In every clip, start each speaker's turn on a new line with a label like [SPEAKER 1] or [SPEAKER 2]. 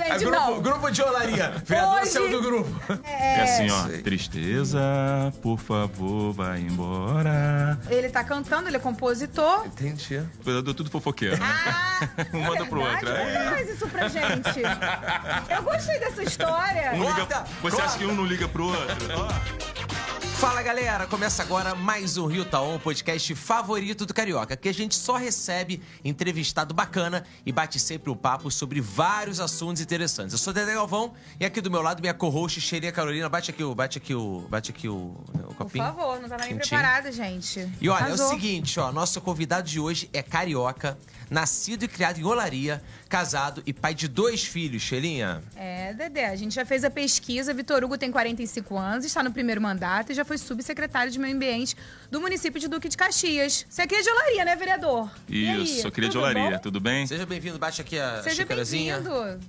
[SPEAKER 1] É
[SPEAKER 2] Gente,
[SPEAKER 1] grupo,
[SPEAKER 2] não.
[SPEAKER 1] grupo de olaria. Vereador
[SPEAKER 2] Hoje-
[SPEAKER 1] saiu do grupo.
[SPEAKER 2] É,
[SPEAKER 3] É assim, ó.
[SPEAKER 1] sei.
[SPEAKER 3] Tristeza, por favor, vai embora.
[SPEAKER 2] Ele tá cantando, ele é compositor.
[SPEAKER 1] Entendi.
[SPEAKER 3] O vereador é tudo fofoqueiro. né?
[SPEAKER 2] Ah,
[SPEAKER 3] Um
[SPEAKER 2] é
[SPEAKER 3] manda pro
[SPEAKER 2] verdade?
[SPEAKER 3] outro, é.
[SPEAKER 2] Por que faz isso pra gente? Eu gostei dessa história.
[SPEAKER 3] Um liga-
[SPEAKER 1] Corta,
[SPEAKER 3] Você acha
[SPEAKER 1] corta.
[SPEAKER 3] que um não liga pro outro? Ó.
[SPEAKER 1] Fala galera, começa agora mais um Rio Taon, o podcast favorito do Carioca, que a gente só recebe entrevistado bacana e bate sempre o papo sobre vários assuntos interessantes. Eu sou Dedé Galvão e aqui do meu lado minha co-host Xeria Carolina. Bate aqui o, bate aqui o, bate aqui o, o
[SPEAKER 2] Por
[SPEAKER 1] copinho.
[SPEAKER 2] favor, não tava nem
[SPEAKER 1] Tintim.
[SPEAKER 2] preparada, gente.
[SPEAKER 1] E olha, é
[SPEAKER 2] Arrasou.
[SPEAKER 1] o seguinte, ó, nosso convidado de hoje é carioca, nascido e criado em Olaria, casado e pai de dois filhos, Xelinha.
[SPEAKER 2] É, Dedé, a gente já fez a pesquisa. Vitor Hugo tem 45 anos, está no primeiro mandato e já foi subsecretário de meio ambiente do município de Duque de Caxias. Você é aqui de olaria, né, vereador? E aí,
[SPEAKER 3] Isso, eu queria de
[SPEAKER 2] tudo
[SPEAKER 3] olaria,
[SPEAKER 2] bom?
[SPEAKER 3] tudo bem?
[SPEAKER 1] Seja bem-vindo, bate aqui a
[SPEAKER 2] Seja
[SPEAKER 1] xicarazinha.
[SPEAKER 2] bem-vindo.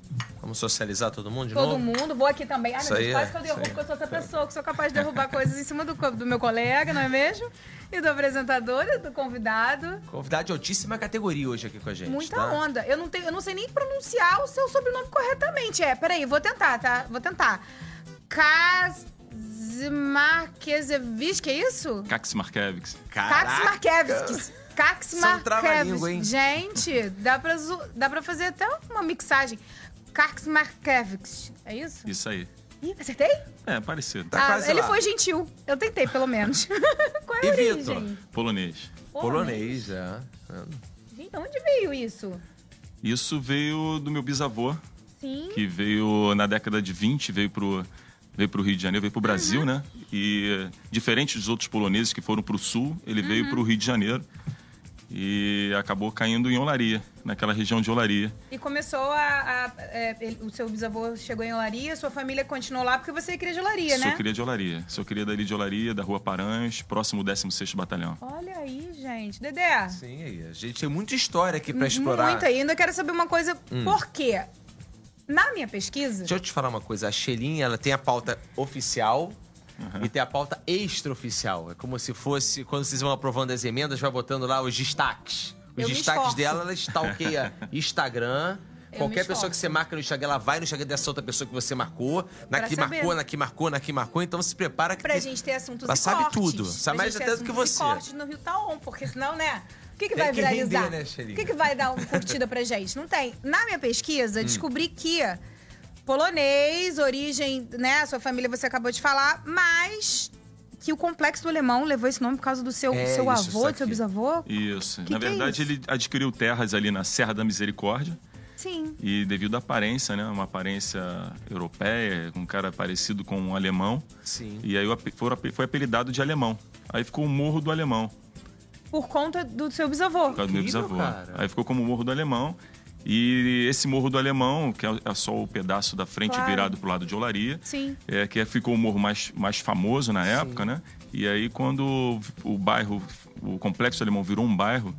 [SPEAKER 1] Vamos socializar todo mundo de
[SPEAKER 2] Todo
[SPEAKER 1] novo?
[SPEAKER 2] mundo, vou aqui também. Ai,
[SPEAKER 1] Isso
[SPEAKER 2] meu Deus,
[SPEAKER 1] aí, é,
[SPEAKER 2] quase que eu
[SPEAKER 1] isso
[SPEAKER 2] derrubo,
[SPEAKER 1] aí.
[SPEAKER 2] porque eu sou essa pessoa que sou capaz de derrubar coisas em cima do, co- do meu colega, não é mesmo? E do apresentador e do convidado.
[SPEAKER 1] Convidado de altíssima categoria hoje aqui com a gente.
[SPEAKER 2] Muita
[SPEAKER 1] tá?
[SPEAKER 2] onda. Eu não, tenho, eu não sei nem pronunciar o seu sobrenome corretamente. É, peraí, vou tentar, tá? Vou tentar. Kazimarkevich, que é isso?
[SPEAKER 3] Cax Markevics.
[SPEAKER 2] Kazimarkevich.
[SPEAKER 1] São é um trava-língua, hein?
[SPEAKER 2] Kazimarkevich. Gente, dá pra, zo- dá pra fazer até uma mixagem. Kazimarkevich. É isso?
[SPEAKER 3] Isso aí.
[SPEAKER 2] Ih, acertei?
[SPEAKER 3] É, parecido.
[SPEAKER 1] Tá quase
[SPEAKER 2] Ah, ele
[SPEAKER 1] lá.
[SPEAKER 2] foi gentil. Eu tentei, pelo menos. Qual é a
[SPEAKER 1] E
[SPEAKER 2] origem?
[SPEAKER 1] Vitor?
[SPEAKER 3] Polonês.
[SPEAKER 1] Polonês,
[SPEAKER 2] né?
[SPEAKER 1] é.
[SPEAKER 2] Gente, de onde veio isso?
[SPEAKER 3] Isso veio do meu bisavô,
[SPEAKER 2] Sim.
[SPEAKER 3] que veio na década de 20, veio pro, veio pro Rio de Janeiro, veio pro Brasil, né? E diferente dos outros poloneses que foram pro sul, ele veio pro Rio de Janeiro e acabou caindo em Olaria, naquela região de Olaria.
[SPEAKER 2] E começou a. a- é, ele- o seu bisavô chegou em Olaria, sua família continuou lá porque você queria de Olaria,
[SPEAKER 3] Sou
[SPEAKER 2] né?
[SPEAKER 3] cria de Olaria. Sou cria dali de Olaria, da Rua Paranhos, próximo ao 16º Batalhão.
[SPEAKER 2] Olha aí, gente. Dedé.
[SPEAKER 1] Sim, aí. A gente tem muita história aqui
[SPEAKER 2] Uhum,
[SPEAKER 1] pra explorar. Hum.
[SPEAKER 2] Muito ainda. Eu quero saber uma coisa. Por quê? Na minha pesquisa.
[SPEAKER 1] Deixa eu te falar uma coisa. A Xelinha, ela tem a pauta oficial e tem a pauta extraoficial. É como se fosse, quando vocês vão aprovando as emendas, vai botando lá os destaques. Os
[SPEAKER 2] Eu me
[SPEAKER 1] destaques
[SPEAKER 2] esforço.
[SPEAKER 1] dela, ela stalkeia Instagram.
[SPEAKER 2] Eu me
[SPEAKER 1] Qualquer
[SPEAKER 2] esforço.
[SPEAKER 1] pessoa que você marca no Instagram, ela vai no Instagram dessa outra pessoa que você marcou. Na
[SPEAKER 2] Pra
[SPEAKER 1] que
[SPEAKER 2] saber.
[SPEAKER 1] marcou, na que marcou, na que marcou. Então se prepara que
[SPEAKER 2] Pra
[SPEAKER 1] tem-
[SPEAKER 2] gente ter assuntos
[SPEAKER 1] Ela
[SPEAKER 2] e
[SPEAKER 1] sabe
[SPEAKER 2] cortes.
[SPEAKER 1] tudo. Sabe
[SPEAKER 2] Pra
[SPEAKER 1] mais
[SPEAKER 2] gente
[SPEAKER 1] até
[SPEAKER 2] ter
[SPEAKER 1] do que
[SPEAKER 2] assuntos e
[SPEAKER 1] você.
[SPEAKER 2] cortes no Rio tá on, porque senão, né? O que, que
[SPEAKER 1] Tem
[SPEAKER 2] vai
[SPEAKER 1] que render,
[SPEAKER 2] viralizar?
[SPEAKER 1] né, Xelinha?
[SPEAKER 2] o que, que vai dar uma curtida pra gente? Não tem. Na minha
[SPEAKER 1] Hum.
[SPEAKER 2] pesquisa, descobri que polonês, origem, né? Sua família você acabou de falar, mas que o complexo do alemão levou esse nome por causa do seu,
[SPEAKER 1] É
[SPEAKER 2] seu
[SPEAKER 1] isso, isso
[SPEAKER 2] avô, do seu
[SPEAKER 1] aqui.
[SPEAKER 2] bisavô?
[SPEAKER 3] Isso.
[SPEAKER 2] Que
[SPEAKER 3] na
[SPEAKER 2] que é
[SPEAKER 3] verdade,
[SPEAKER 2] isso?
[SPEAKER 3] ele adquiriu terras ali na Serra da Misericórdia.
[SPEAKER 2] Sim.
[SPEAKER 3] E devido à aparência, né? Uma aparência europeia, com um cara parecido com um alemão.
[SPEAKER 1] Sim.
[SPEAKER 3] E aí o ape- foram ape- foi apelidado de alemão. Aí ficou o Morro do Alemão,
[SPEAKER 2] Por conta do seu bisavô.
[SPEAKER 3] por causa do meu
[SPEAKER 1] Incrível,
[SPEAKER 3] bisavô.
[SPEAKER 1] cara.
[SPEAKER 3] Aí ficou como Morro do Alemão. E esse Morro do Alemão, que é é só o pedaço da frente
[SPEAKER 2] Claro.
[SPEAKER 3] virado pro lado de Olaria,
[SPEAKER 2] Sim.
[SPEAKER 3] é, que é- ficou o morro mais, mais famoso na época, né? E aí quando o bairro, o Complexo do Alemão virou um bairro,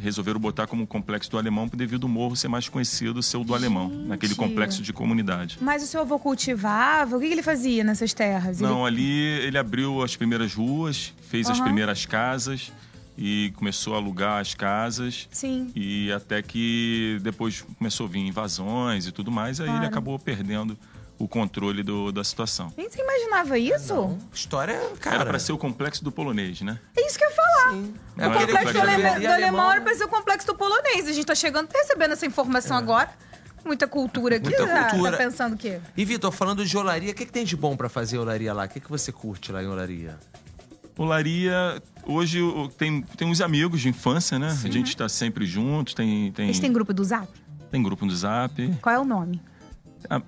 [SPEAKER 3] resolveram botar como Complexo do Alemão devido o morro ser mais conhecido ser o do Alemão, naquele
[SPEAKER 2] Gente.
[SPEAKER 3] complexo de comunidade.
[SPEAKER 2] Mas o seu avô cultivava? O que, que ele fazia nessas terras? Ele-
[SPEAKER 3] Não, ali ele abriu as primeiras ruas, fez as
[SPEAKER 2] Aham.
[SPEAKER 3] primeiras casas e começou a alugar as casas.
[SPEAKER 2] Sim.
[SPEAKER 3] E até que depois começou a vir invasões e tudo mais, aí ele
[SPEAKER 2] Claro.
[SPEAKER 3] acabou perdendo o controle do- da situação.
[SPEAKER 2] Nem você
[SPEAKER 1] é
[SPEAKER 2] imaginava isso?
[SPEAKER 1] História, cara. é
[SPEAKER 3] Era para ser o complexo do polonês, né?
[SPEAKER 2] É isso que eu ia falar.
[SPEAKER 3] Não
[SPEAKER 2] O
[SPEAKER 3] era
[SPEAKER 2] complexo do,
[SPEAKER 3] complexo
[SPEAKER 2] alema-
[SPEAKER 3] alemão.
[SPEAKER 2] do alemão era pra ser o complexo do polonês. A gente tá chegando, tá recebendo essa
[SPEAKER 3] É.
[SPEAKER 2] informação agora. Muita cultura aqui.
[SPEAKER 1] Muita
[SPEAKER 2] tá-
[SPEAKER 1] cultura.
[SPEAKER 2] Tá pensando o quê?
[SPEAKER 1] E Vitor, falando de olaria, o que, que tem de bom pra fazer olaria lá? O que, que você curte lá em olaria?
[SPEAKER 3] Olaria, hoje eu- tem, tem uns amigos de infância, né? A gente está sempre junto, tem, tem,
[SPEAKER 2] Eles têm grupo do Zap?
[SPEAKER 3] tem grupo no Zap.
[SPEAKER 2] Qual é o nome?
[SPEAKER 3] Ah.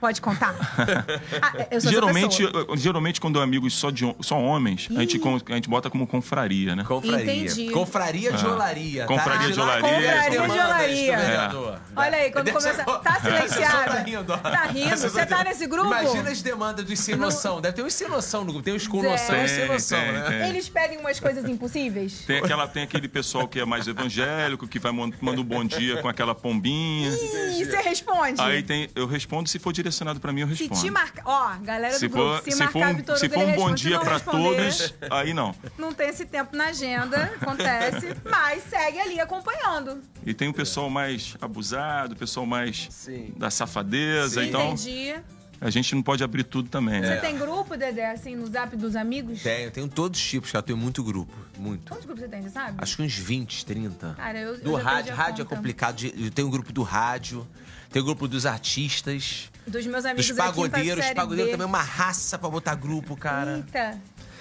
[SPEAKER 2] Pode contar? Ah, eu sou essa
[SPEAKER 3] Geralmente,
[SPEAKER 2] pessoa.
[SPEAKER 3] eu- geralmente, quando é amigos só, de, hom- só homens, a gente, con- a gente bota como confraria, né?
[SPEAKER 1] Confraria.
[SPEAKER 2] Entendi.
[SPEAKER 1] Confraria de
[SPEAKER 3] Ah.
[SPEAKER 1] olaria.
[SPEAKER 3] Confraria
[SPEAKER 1] tá?
[SPEAKER 3] de olaria, É.
[SPEAKER 2] Confraria de
[SPEAKER 1] Demandas do
[SPEAKER 2] olaria.
[SPEAKER 1] vereador.
[SPEAKER 2] Olha aí, quando
[SPEAKER 1] Deixa
[SPEAKER 2] começa.
[SPEAKER 1] eu-
[SPEAKER 2] Tá silenciado.
[SPEAKER 1] Tá rindo, ó.
[SPEAKER 2] Tá rindo. Você tá nesse grupo?
[SPEAKER 1] Imagina as demandas dos sem noção. Deve ter uns sem noção no grupo. Tem uns com
[SPEAKER 2] Zé.
[SPEAKER 1] noção e
[SPEAKER 3] Tem,
[SPEAKER 1] sem noção,
[SPEAKER 3] tem,
[SPEAKER 1] né?
[SPEAKER 3] tem.
[SPEAKER 2] Eles pedem umas coisas impossíveis?
[SPEAKER 3] é. Tem, aquela, tem aquele pessoal que é mais evangélico, que vai man- manda um bom dia com aquela pombinha.
[SPEAKER 2] Ih, você responde.
[SPEAKER 3] Aí tem, eu respondo se for direcionado para mim, eu
[SPEAKER 2] Se
[SPEAKER 3] respondo.
[SPEAKER 2] te marcar. Ó, galera do
[SPEAKER 3] Se
[SPEAKER 2] grupo,
[SPEAKER 3] for,
[SPEAKER 2] se,
[SPEAKER 3] se for
[SPEAKER 2] marcar
[SPEAKER 3] um,
[SPEAKER 2] Vitor
[SPEAKER 3] se
[SPEAKER 2] Hugo,
[SPEAKER 3] for
[SPEAKER 2] ele
[SPEAKER 3] um bom
[SPEAKER 2] responde,
[SPEAKER 3] dia
[SPEAKER 2] não
[SPEAKER 3] para
[SPEAKER 2] responder.
[SPEAKER 3] todos, aí não.
[SPEAKER 2] Não tem esse tempo na agenda, acontece, mas segue ali acompanhando.
[SPEAKER 3] E tem o pessoal mais abusado, o pessoal mais
[SPEAKER 1] Sim.
[SPEAKER 3] da safadeza.
[SPEAKER 1] Sim.
[SPEAKER 3] Então,
[SPEAKER 2] Entendi.
[SPEAKER 3] a gente não pode abrir tudo também.
[SPEAKER 2] Você tá
[SPEAKER 3] né?
[SPEAKER 2] tem grupo, Dedé, assim, no zap dos amigos?
[SPEAKER 1] Tenho, tenho todos os tipos, cara. Tenho muito grupo. Muito.
[SPEAKER 2] Quantos grupos você tem, você sabe?
[SPEAKER 1] Acho que uns 20, 30.
[SPEAKER 2] Cara, eu- eu
[SPEAKER 1] Do
[SPEAKER 2] já perdi
[SPEAKER 1] rádio.
[SPEAKER 2] a
[SPEAKER 1] Rádio é
[SPEAKER 2] conta.
[SPEAKER 1] complicado. de- Eu tenho o grupo do rádio, tenho o grupo dos artistas,
[SPEAKER 2] Dos meus amigos
[SPEAKER 1] dos
[SPEAKER 2] aqui pra
[SPEAKER 1] pagodeiros.
[SPEAKER 2] série
[SPEAKER 1] Pagodeiro
[SPEAKER 2] B.
[SPEAKER 1] também é uma raça pra botar grupo, cara.
[SPEAKER 2] Eita.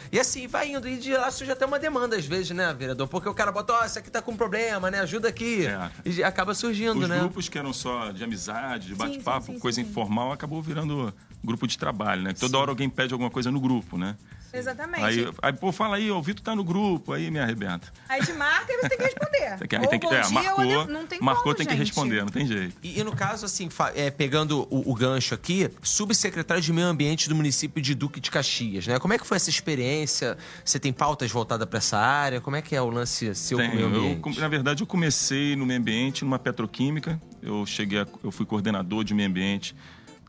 [SPEAKER 1] E assim, vai indo. E de lá surge até uma demanda, às vezes, né, vereador? Porque o cara bota, ó, isso aqui tá com problema, né? Ajuda aqui.
[SPEAKER 3] É.
[SPEAKER 1] E acaba surgindo,
[SPEAKER 3] Os
[SPEAKER 1] né?
[SPEAKER 3] grupos que eram só de amizade, de
[SPEAKER 2] sim,
[SPEAKER 3] bate-papo,
[SPEAKER 2] sim, sim,
[SPEAKER 3] coisa
[SPEAKER 2] sim.
[SPEAKER 3] informal, acabou virando grupo de trabalho, né? Toda hora alguém pede alguma coisa no grupo, né?
[SPEAKER 2] Exatamente.
[SPEAKER 3] Aí,
[SPEAKER 2] Aí,
[SPEAKER 3] aí, pô, fala aí, ó, o Vitor tá no grupo, aí me arrebenta.
[SPEAKER 2] te marca e você tem que responder.
[SPEAKER 3] Tem que- aí
[SPEAKER 2] ou
[SPEAKER 3] tem que-
[SPEAKER 2] bom
[SPEAKER 3] é,
[SPEAKER 2] dia,
[SPEAKER 3] marcou,
[SPEAKER 2] ou de- não tem
[SPEAKER 3] marcou
[SPEAKER 2] como,
[SPEAKER 3] tem que
[SPEAKER 2] gente.
[SPEAKER 3] responder, né? não tem jeito.
[SPEAKER 1] E, e no caso, assim, fa- é, pegando o, o gancho aqui, subsecretário de Meio Ambiente do município de Duque de Caxias, né? Como é que foi essa experiência? Você tem pautas voltadas pra essa área? Como é que é o lance seu com o
[SPEAKER 3] Tem,
[SPEAKER 1] meio
[SPEAKER 3] eu,
[SPEAKER 1] ambiente?
[SPEAKER 3] na verdade, eu comecei no meio ambiente, numa petroquímica. Eu cheguei, a- eu fui coordenador de meio ambiente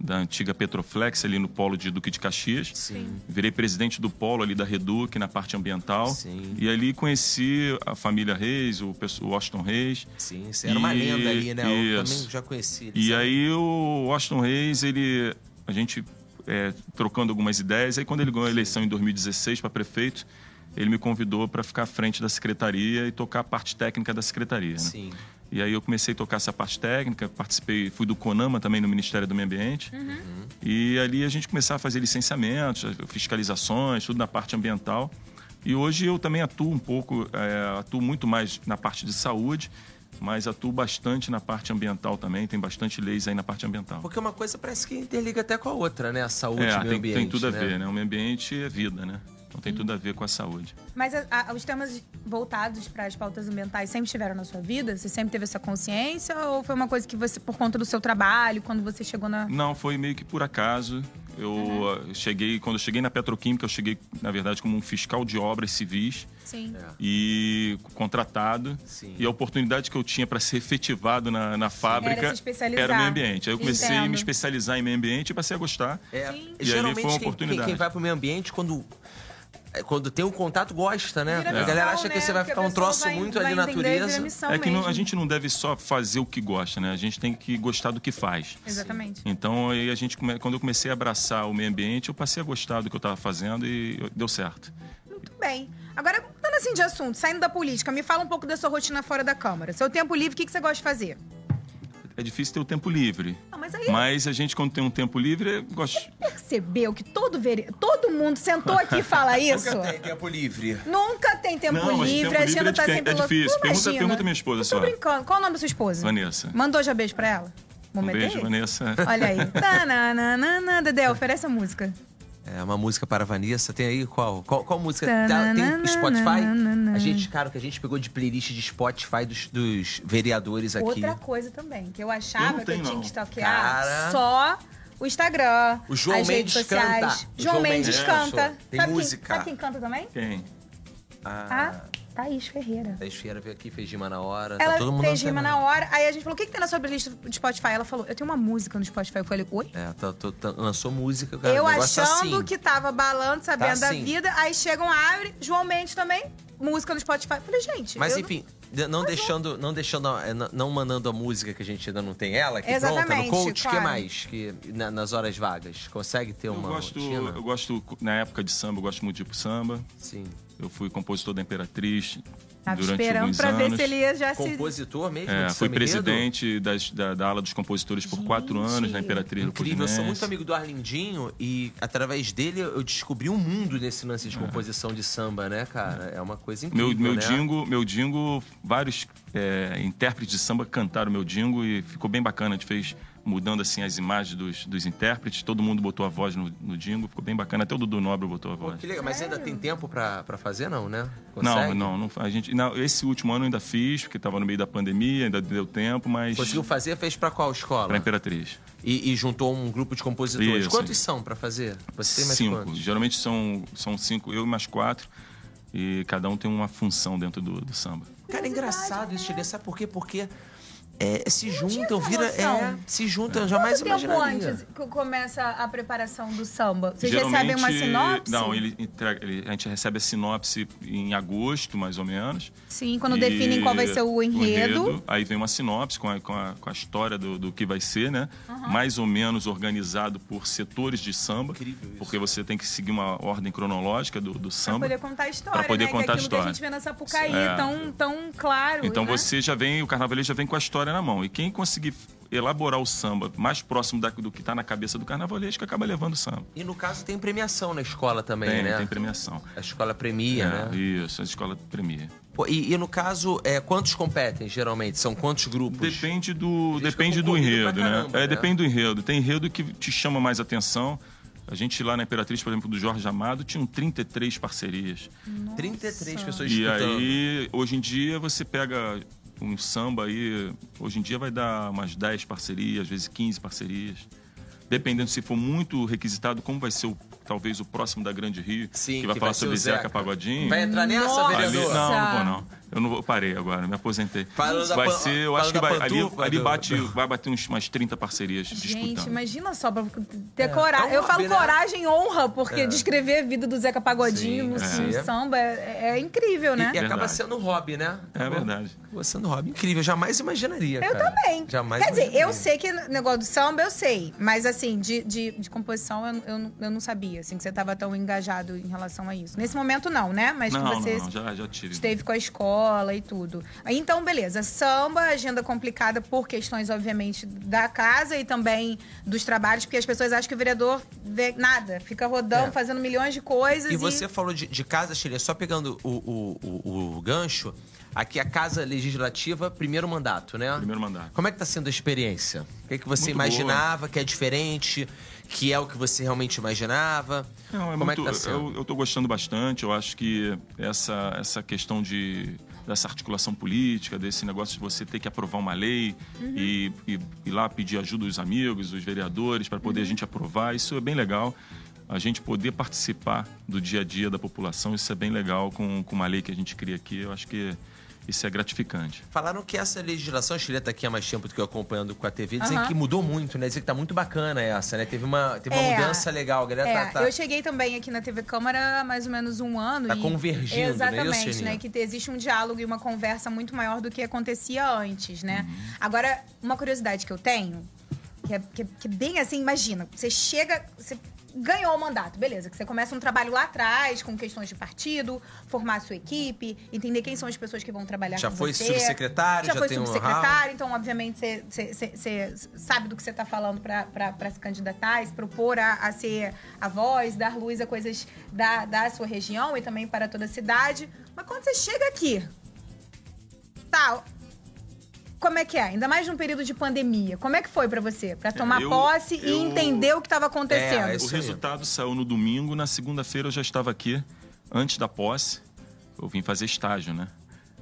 [SPEAKER 3] da antiga Petroflex ali no polo de Duque de Caxias.
[SPEAKER 1] Sim.
[SPEAKER 3] Virei presidente do polo ali da Reduc na parte ambiental.
[SPEAKER 1] Sim.
[SPEAKER 3] E ali conheci a família Reis, o, pesso- o Washington Reis.
[SPEAKER 1] Sim, você era uma
[SPEAKER 3] E-
[SPEAKER 1] lenda ali, né? Eu
[SPEAKER 3] isso.
[SPEAKER 1] também já conheci. ele,
[SPEAKER 3] E
[SPEAKER 1] sabe?
[SPEAKER 3] aí o Washington Reis, ele. A gente é, trocando algumas ideias. Aí quando ele ganhou a eleição em 2016 para prefeito, ele me convidou para ficar à frente da secretaria e tocar a parte técnica da secretaria. né?
[SPEAKER 1] Sim.
[SPEAKER 3] E aí eu comecei a tocar essa parte técnica, participei, fui do CONAMA também no Ministério do Meio Ambiente. E ali a gente começava a fazer licenciamentos, fiscalizações, tudo na parte ambiental. E hoje eu também atuo um pouco, eh, atuo muito mais na parte de saúde, mas atuo bastante na parte ambiental também, tem bastante leis aí na parte ambiental.
[SPEAKER 1] Porque uma coisa parece que interliga até com a outra, né? A saúde,
[SPEAKER 3] É,
[SPEAKER 1] o meio
[SPEAKER 3] tem,
[SPEAKER 1] ambiente.
[SPEAKER 3] tem tudo a
[SPEAKER 1] né?
[SPEAKER 3] ver, né? O meio ambiente é vida, né? Então tem tudo a ver com a saúde.
[SPEAKER 2] Mas a- a- os temas voltados para as pautas ambientais sempre estiveram na sua vida? Você sempre teve essa consciência? Ou foi uma coisa que você, por conta do seu trabalho, quando você chegou
[SPEAKER 1] Hum,
[SPEAKER 2] na.
[SPEAKER 3] Não, foi meio que por acaso. Eu
[SPEAKER 2] Uhum.
[SPEAKER 3] ah, cheguei, quando eu cheguei na Petroquímica, eu cheguei, na verdade, como um fiscal de obras civis
[SPEAKER 2] Sim.
[SPEAKER 1] É.
[SPEAKER 3] e contratado.
[SPEAKER 1] Sim.
[SPEAKER 3] E a oportunidade que eu tinha para ser efetivado na, na fábrica
[SPEAKER 2] Era se especializar.
[SPEAKER 3] era o meio ambiente. Aí eu comecei a
[SPEAKER 2] Entendo.
[SPEAKER 3] me especializar em meio ambiente e passei a gostar.
[SPEAKER 1] É,
[SPEAKER 2] Sim.
[SPEAKER 3] E
[SPEAKER 1] geralmente
[SPEAKER 3] ali foi uma
[SPEAKER 1] quem- quem-
[SPEAKER 3] oportunidade.
[SPEAKER 1] Quem, vai pro meio ambiente, quando, é, quando tem um contato, gosta, né?
[SPEAKER 2] Vira
[SPEAKER 1] a galera
[SPEAKER 2] missão,
[SPEAKER 1] acha que
[SPEAKER 2] né?
[SPEAKER 1] você vai
[SPEAKER 2] Porque a
[SPEAKER 1] ficar um
[SPEAKER 2] pessoa
[SPEAKER 1] troço
[SPEAKER 2] vai-
[SPEAKER 1] muito
[SPEAKER 2] vai
[SPEAKER 1] ali
[SPEAKER 2] entender, vira
[SPEAKER 1] natureza.
[SPEAKER 2] missão
[SPEAKER 3] é que não- a
[SPEAKER 2] mesmo.
[SPEAKER 3] gente não deve só fazer o que gosta, né? A gente tem que gostar do que faz.
[SPEAKER 2] Exatamente.
[SPEAKER 3] Então, aí a gente, come- quando eu comecei a abraçar o meio ambiente, eu passei a gostar do que eu estava fazendo e eu- deu certo.
[SPEAKER 2] Muito bem. Agora, mudando assim de assunto, saindo da política, me fala um pouco da sua rotina fora da Câmara. Seu tempo livre, o que, que você gosta de fazer?
[SPEAKER 3] É difícil ter o tempo livre.
[SPEAKER 2] Não, mas aí
[SPEAKER 3] Mas a gente, quando tem um tempo livre, gosta.
[SPEAKER 2] percebeu que todo, vere... todo mundo sentou aqui e fala isso?
[SPEAKER 1] tempo livre.
[SPEAKER 2] Nunca tem tempo livre, a agenda tá
[SPEAKER 3] dife-
[SPEAKER 2] sempre
[SPEAKER 3] é
[SPEAKER 2] louca.
[SPEAKER 3] difícil. Pergunta,
[SPEAKER 2] Imagina.
[SPEAKER 3] pergunta minha esposa
[SPEAKER 2] Tô
[SPEAKER 3] só.
[SPEAKER 2] brincando. Qual o nome da sua esposa?
[SPEAKER 3] Vanessa.
[SPEAKER 2] Mandou já beijo pra ela? Vou
[SPEAKER 3] Um
[SPEAKER 2] meter?
[SPEAKER 3] beijo, Vanessa.
[SPEAKER 2] é Olha aí. Tananana, Dedé, oferece a música.
[SPEAKER 1] É uma música para a Vanessa. Tem aí qual? Qual, qual música? Tá,
[SPEAKER 2] Tananana,
[SPEAKER 1] Tem Spotify?
[SPEAKER 2] nananana.
[SPEAKER 1] A gente, cara, o que a gente pegou de playlist de Spotify dos, dos vereadores aqui.
[SPEAKER 2] Outra coisa também, que eu
[SPEAKER 3] Eu
[SPEAKER 2] achava
[SPEAKER 3] não
[SPEAKER 2] que eu
[SPEAKER 3] tenho,
[SPEAKER 2] tinha
[SPEAKER 3] não.
[SPEAKER 2] que stalkear
[SPEAKER 1] Cara.
[SPEAKER 2] só o Instagram,
[SPEAKER 1] O João
[SPEAKER 2] as redes
[SPEAKER 1] Mendes
[SPEAKER 2] sociais.
[SPEAKER 1] canta. O
[SPEAKER 2] João,
[SPEAKER 1] João
[SPEAKER 2] Mendes
[SPEAKER 1] Mendes
[SPEAKER 2] canta.
[SPEAKER 1] canta. Tem
[SPEAKER 2] sabe
[SPEAKER 1] música.
[SPEAKER 2] Quem, sabe quem canta também?
[SPEAKER 3] Quem?
[SPEAKER 2] A
[SPEAKER 1] Ah,
[SPEAKER 2] Thaís Ferreira.
[SPEAKER 1] a Esfera veio aqui, fez rima na hora.
[SPEAKER 2] Ela
[SPEAKER 1] tá todo mundo
[SPEAKER 2] fez rima
[SPEAKER 1] antenado.
[SPEAKER 2] na hora. Aí a gente falou, o que, que tem na sua playlist do Spotify? Ela falou, eu tenho uma música no Spotify. Eu falei, oi?
[SPEAKER 1] É, tá- tô- tá- lançou música, cara.
[SPEAKER 2] Eu
[SPEAKER 1] o negócio
[SPEAKER 2] achando
[SPEAKER 1] assim.
[SPEAKER 2] que tava balando, sabendo da
[SPEAKER 1] assim.
[SPEAKER 2] vida. Aí chegam, abre, João Mendes também, música no Spotify. Eu falei, gente...
[SPEAKER 1] Mas
[SPEAKER 2] eu
[SPEAKER 1] enfim, de- não deixando, não deixando, a- é, não- não mandando a música que a gente ainda não tem ela, que pronta no
[SPEAKER 2] Exatamente,
[SPEAKER 1] coach, o que
[SPEAKER 2] claro.
[SPEAKER 1] mais? Que na- nas horas vagas consegue ter
[SPEAKER 3] Eu
[SPEAKER 1] uma
[SPEAKER 3] gosto,
[SPEAKER 1] rotina?
[SPEAKER 3] eu gosto, na época de samba, eu gosto muito de ir pro samba.
[SPEAKER 1] Sim.
[SPEAKER 3] Eu fui compositor da Imperatriz
[SPEAKER 2] Tava
[SPEAKER 3] durante
[SPEAKER 2] esperando
[SPEAKER 3] alguns
[SPEAKER 2] pra
[SPEAKER 3] anos.
[SPEAKER 2] ver se ele ia já se...
[SPEAKER 1] Compositor mesmo?
[SPEAKER 3] É,
[SPEAKER 1] de
[SPEAKER 3] fui
[SPEAKER 1] samba enredo?
[SPEAKER 3] presidente das- da, da ala dos compositores por quatro
[SPEAKER 2] Gente.
[SPEAKER 3] anos na Imperatriz do
[SPEAKER 1] Incrível, eu sou muito
[SPEAKER 3] Fluminense.
[SPEAKER 1] amigo do Arlindinho e através dele eu descobri um mundo nesse lance de composição de samba, né, cara? É uma coisa incrível.
[SPEAKER 3] É. Meu, meu
[SPEAKER 1] né?
[SPEAKER 3] dingo, meu dingo, vários é, intérpretes de samba cantaram meu dingo e ficou bem bacana. A gente fez mudando assim as imagens dos, dos intérpretes, todo mundo botou a voz no, no dingo, ficou bem bacana. Até o Dudu Nobre botou a
[SPEAKER 1] Pô,
[SPEAKER 3] voz.
[SPEAKER 1] que legal, mas ainda tem tempo pra, pra fazer, não, né?
[SPEAKER 3] Não,
[SPEAKER 1] Consegue?
[SPEAKER 3] não, não, a gente, não, esse último ano eu ainda fiz, porque estava no meio da pandemia, ainda deu tempo, mas
[SPEAKER 1] Conseguiu fazer, fez pra qual escola?
[SPEAKER 3] para Imperatriz.
[SPEAKER 1] E, e juntou um grupo de compositores.
[SPEAKER 3] Isso.
[SPEAKER 1] Quantos são pra fazer? Você tem mais
[SPEAKER 3] cinco.
[SPEAKER 1] quantos?
[SPEAKER 3] Geralmente são, são cinco, eu e mais quatro. E cada um tem uma função dentro do, do samba.
[SPEAKER 2] né?
[SPEAKER 1] Cara, é engraçado isso, Chile. Sabe por quê? Porque é, se juntam,
[SPEAKER 2] essa
[SPEAKER 1] vira. É,
[SPEAKER 2] noção.
[SPEAKER 1] se juntam, eu jamais
[SPEAKER 2] Quanto tempo
[SPEAKER 1] imaginaria.
[SPEAKER 2] antes que começa a preparação do samba? Vocês recebem uma sinopse?
[SPEAKER 3] Não, ele, entrega- ele- a gente recebe a sinopse em agosto, mais ou menos.
[SPEAKER 2] Sim, quando
[SPEAKER 3] E
[SPEAKER 2] definem qual vai ser o enredo.
[SPEAKER 3] Aí vem uma sinopse com a, com a- com a história do, do que vai ser, né? Mais ou menos organizado por setores de samba.
[SPEAKER 1] Incrível isso.
[SPEAKER 3] Porque você tem que seguir uma ordem cronológica do, do
[SPEAKER 2] Pra
[SPEAKER 3] samba.
[SPEAKER 2] poder contar a história,
[SPEAKER 3] poder
[SPEAKER 2] né? que
[SPEAKER 3] contar
[SPEAKER 2] é
[SPEAKER 3] a
[SPEAKER 2] aquilo que a
[SPEAKER 3] história.
[SPEAKER 2] gente vê na Sapucaí,
[SPEAKER 3] É.
[SPEAKER 2] tão, tão claro.
[SPEAKER 3] Então
[SPEAKER 2] né?
[SPEAKER 3] você já vem, o carnavalesco já vem com a história na mão. E quem conseguir elaborar o samba mais próximo da- do que está na cabeça do carnavalesco acaba levando o samba.
[SPEAKER 1] E no caso tem premiação na escola também,
[SPEAKER 3] Tem,
[SPEAKER 1] né?
[SPEAKER 3] tem premiação.
[SPEAKER 1] A escola premia,
[SPEAKER 3] É,
[SPEAKER 1] né?
[SPEAKER 3] Isso, a escola premia.
[SPEAKER 1] Pô, E, e no caso, é, quantos competem geralmente? São quantos grupos?
[SPEAKER 3] Depende do,
[SPEAKER 1] Fica
[SPEAKER 3] depende do
[SPEAKER 1] concorrido pra
[SPEAKER 3] enredo, né?
[SPEAKER 1] caramba,
[SPEAKER 3] É,
[SPEAKER 1] né?
[SPEAKER 3] depende do enredo. Tem enredo que te chama mais atenção. A gente lá na Imperatriz, por exemplo, do Jorge Amado, tinham 33 parcerias.
[SPEAKER 1] 33 pessoas
[SPEAKER 3] E
[SPEAKER 1] disputando.
[SPEAKER 3] aí, hoje em dia, você pega um samba aí, hoje em dia vai dar umas 10 parcerias, às vezes 15 parcerias. Dependendo se for muito requisitado, como vai ser o, talvez o próximo da Grande Rio,
[SPEAKER 1] Sim,
[SPEAKER 3] que vai
[SPEAKER 1] que
[SPEAKER 3] falar
[SPEAKER 1] vai ser
[SPEAKER 3] sobre
[SPEAKER 1] o
[SPEAKER 3] Zeca,
[SPEAKER 1] Zeca.
[SPEAKER 3] Pagodinho.
[SPEAKER 1] Vai entrar nessa,
[SPEAKER 2] Nossa!
[SPEAKER 3] Ali-
[SPEAKER 1] vereador?
[SPEAKER 3] não,
[SPEAKER 2] Tá.
[SPEAKER 3] não vou não. Eu não vou, eu parei agora, me aposentei.
[SPEAKER 1] Falando da
[SPEAKER 3] vai
[SPEAKER 1] pan-
[SPEAKER 3] ser, eu
[SPEAKER 1] falando
[SPEAKER 3] acho que
[SPEAKER 1] da
[SPEAKER 3] vai, ali,
[SPEAKER 1] pantufa,
[SPEAKER 3] ali
[SPEAKER 1] do-
[SPEAKER 3] bate, vai bater uns, umas 30 parcerias
[SPEAKER 2] Gente,
[SPEAKER 3] disputando.
[SPEAKER 2] imagina só pra ter coragem.
[SPEAKER 1] É um
[SPEAKER 2] Eu falo
[SPEAKER 1] hobby, né?
[SPEAKER 2] coragem e honra, porque
[SPEAKER 1] É.
[SPEAKER 2] descrever a vida do Zeca Pagodinho
[SPEAKER 1] Sim,
[SPEAKER 2] no,
[SPEAKER 1] é.
[SPEAKER 2] no samba é, é incrível, né?
[SPEAKER 1] E, e acaba
[SPEAKER 3] Verdade.
[SPEAKER 1] sendo um hobby, né?
[SPEAKER 3] É verdade.
[SPEAKER 1] Acaba sendo um hobby. Incrível, jamais imaginaria.
[SPEAKER 2] Eu
[SPEAKER 1] cara.
[SPEAKER 2] também.
[SPEAKER 1] Jamais
[SPEAKER 2] Quer dizer, eu
[SPEAKER 1] imaginaria.
[SPEAKER 2] sei que no negócio do samba eu sei, mas assim, de, de, de composição eu, eu, não- eu não sabia, assim, que você tava tão engajado em relação a isso. Nesse momento não, né? Mas
[SPEAKER 3] Não,
[SPEAKER 2] que você
[SPEAKER 3] não, não, já, já tive.
[SPEAKER 2] esteve com a escola e tudo. Aí, Então, beleza. Samba, agenda complicada por questões, obviamente, da casa e também dos trabalhos, porque as pessoas acham que o vereador vê nada, fica rodando,
[SPEAKER 1] É.
[SPEAKER 2] fazendo milhões de coisas.
[SPEAKER 1] E você falou de, de casa, Shirley, só pegando o, o- o- o gancho, aqui a Casa Legislativa, primeiro mandato, né?
[SPEAKER 3] Primeiro mandato.
[SPEAKER 1] Como é que tá sendo a experiência? O que, é que você
[SPEAKER 3] Muito
[SPEAKER 1] imaginava que é diferente? Que é o que você realmente imaginava?
[SPEAKER 3] Não, é
[SPEAKER 1] Como
[SPEAKER 3] muito,
[SPEAKER 1] é que tá sendo?
[SPEAKER 3] eu, eu tô gostando bastante. Eu acho que essa, essa questão de, dessa articulação política, desse negócio de você ter que aprovar uma lei
[SPEAKER 1] Uhum.
[SPEAKER 3] e, e ir lá pedir ajuda dos amigos, dos vereadores, para poder a
[SPEAKER 1] Uhum.
[SPEAKER 3] gente aprovar, isso é bem legal. A gente poder participar do dia a dia da população, isso é bem legal com, com uma lei que a gente cria aqui. Eu acho que isso é gratificante.
[SPEAKER 1] Falaram que essa legislação, a Shirley tá aqui há mais tempo do que eu acompanhando com a TV, dizem
[SPEAKER 2] Aham.
[SPEAKER 1] que mudou muito, né? Dizem que tá muito bacana essa, né? Teve uma, teve uma
[SPEAKER 2] É.
[SPEAKER 1] mudança legal, a galera
[SPEAKER 2] É,
[SPEAKER 1] tá- tá...
[SPEAKER 2] eu cheguei também aqui na TV Câmara há mais ou menos um ano.
[SPEAKER 1] Tá
[SPEAKER 2] e-
[SPEAKER 1] convergindo, né? Isso,
[SPEAKER 2] Exatamente,
[SPEAKER 1] Aninha?
[SPEAKER 2] né? Que existe um diálogo e uma conversa muito maior do que acontecia antes, né?
[SPEAKER 1] Uhum.
[SPEAKER 2] Agora, uma curiosidade que eu tenho, que é, que é- que é bem assim, imagina, você chega. Você ganhou o mandato, beleza. Que você começa um trabalho lá atrás, com questões de partido, formar a sua equipe, entender quem são as pessoas que vão trabalhar
[SPEAKER 1] Já
[SPEAKER 2] Tá com
[SPEAKER 1] foi
[SPEAKER 2] você.
[SPEAKER 1] subsecretário, já
[SPEAKER 2] foi
[SPEAKER 1] tem um
[SPEAKER 2] subsecretário, então, obviamente, você- você você- você sabe do que você está falando para se candidatar e se propor a, a ser a voz, dar luz a coisas da, da sua região e também para toda a cidade. Mas quando você chega aqui, tá. Como é que é? Ainda mais num período de pandemia. Como é que foi para você? Para tomar
[SPEAKER 3] eu-
[SPEAKER 2] posse e
[SPEAKER 3] eu-
[SPEAKER 2] entender o que estava acontecendo.
[SPEAKER 1] É,
[SPEAKER 3] O
[SPEAKER 1] isso aí.
[SPEAKER 3] resultado saiu no domingo, na segunda-feira eu já estava aqui, antes da posse. Eu vim fazer estágio, né?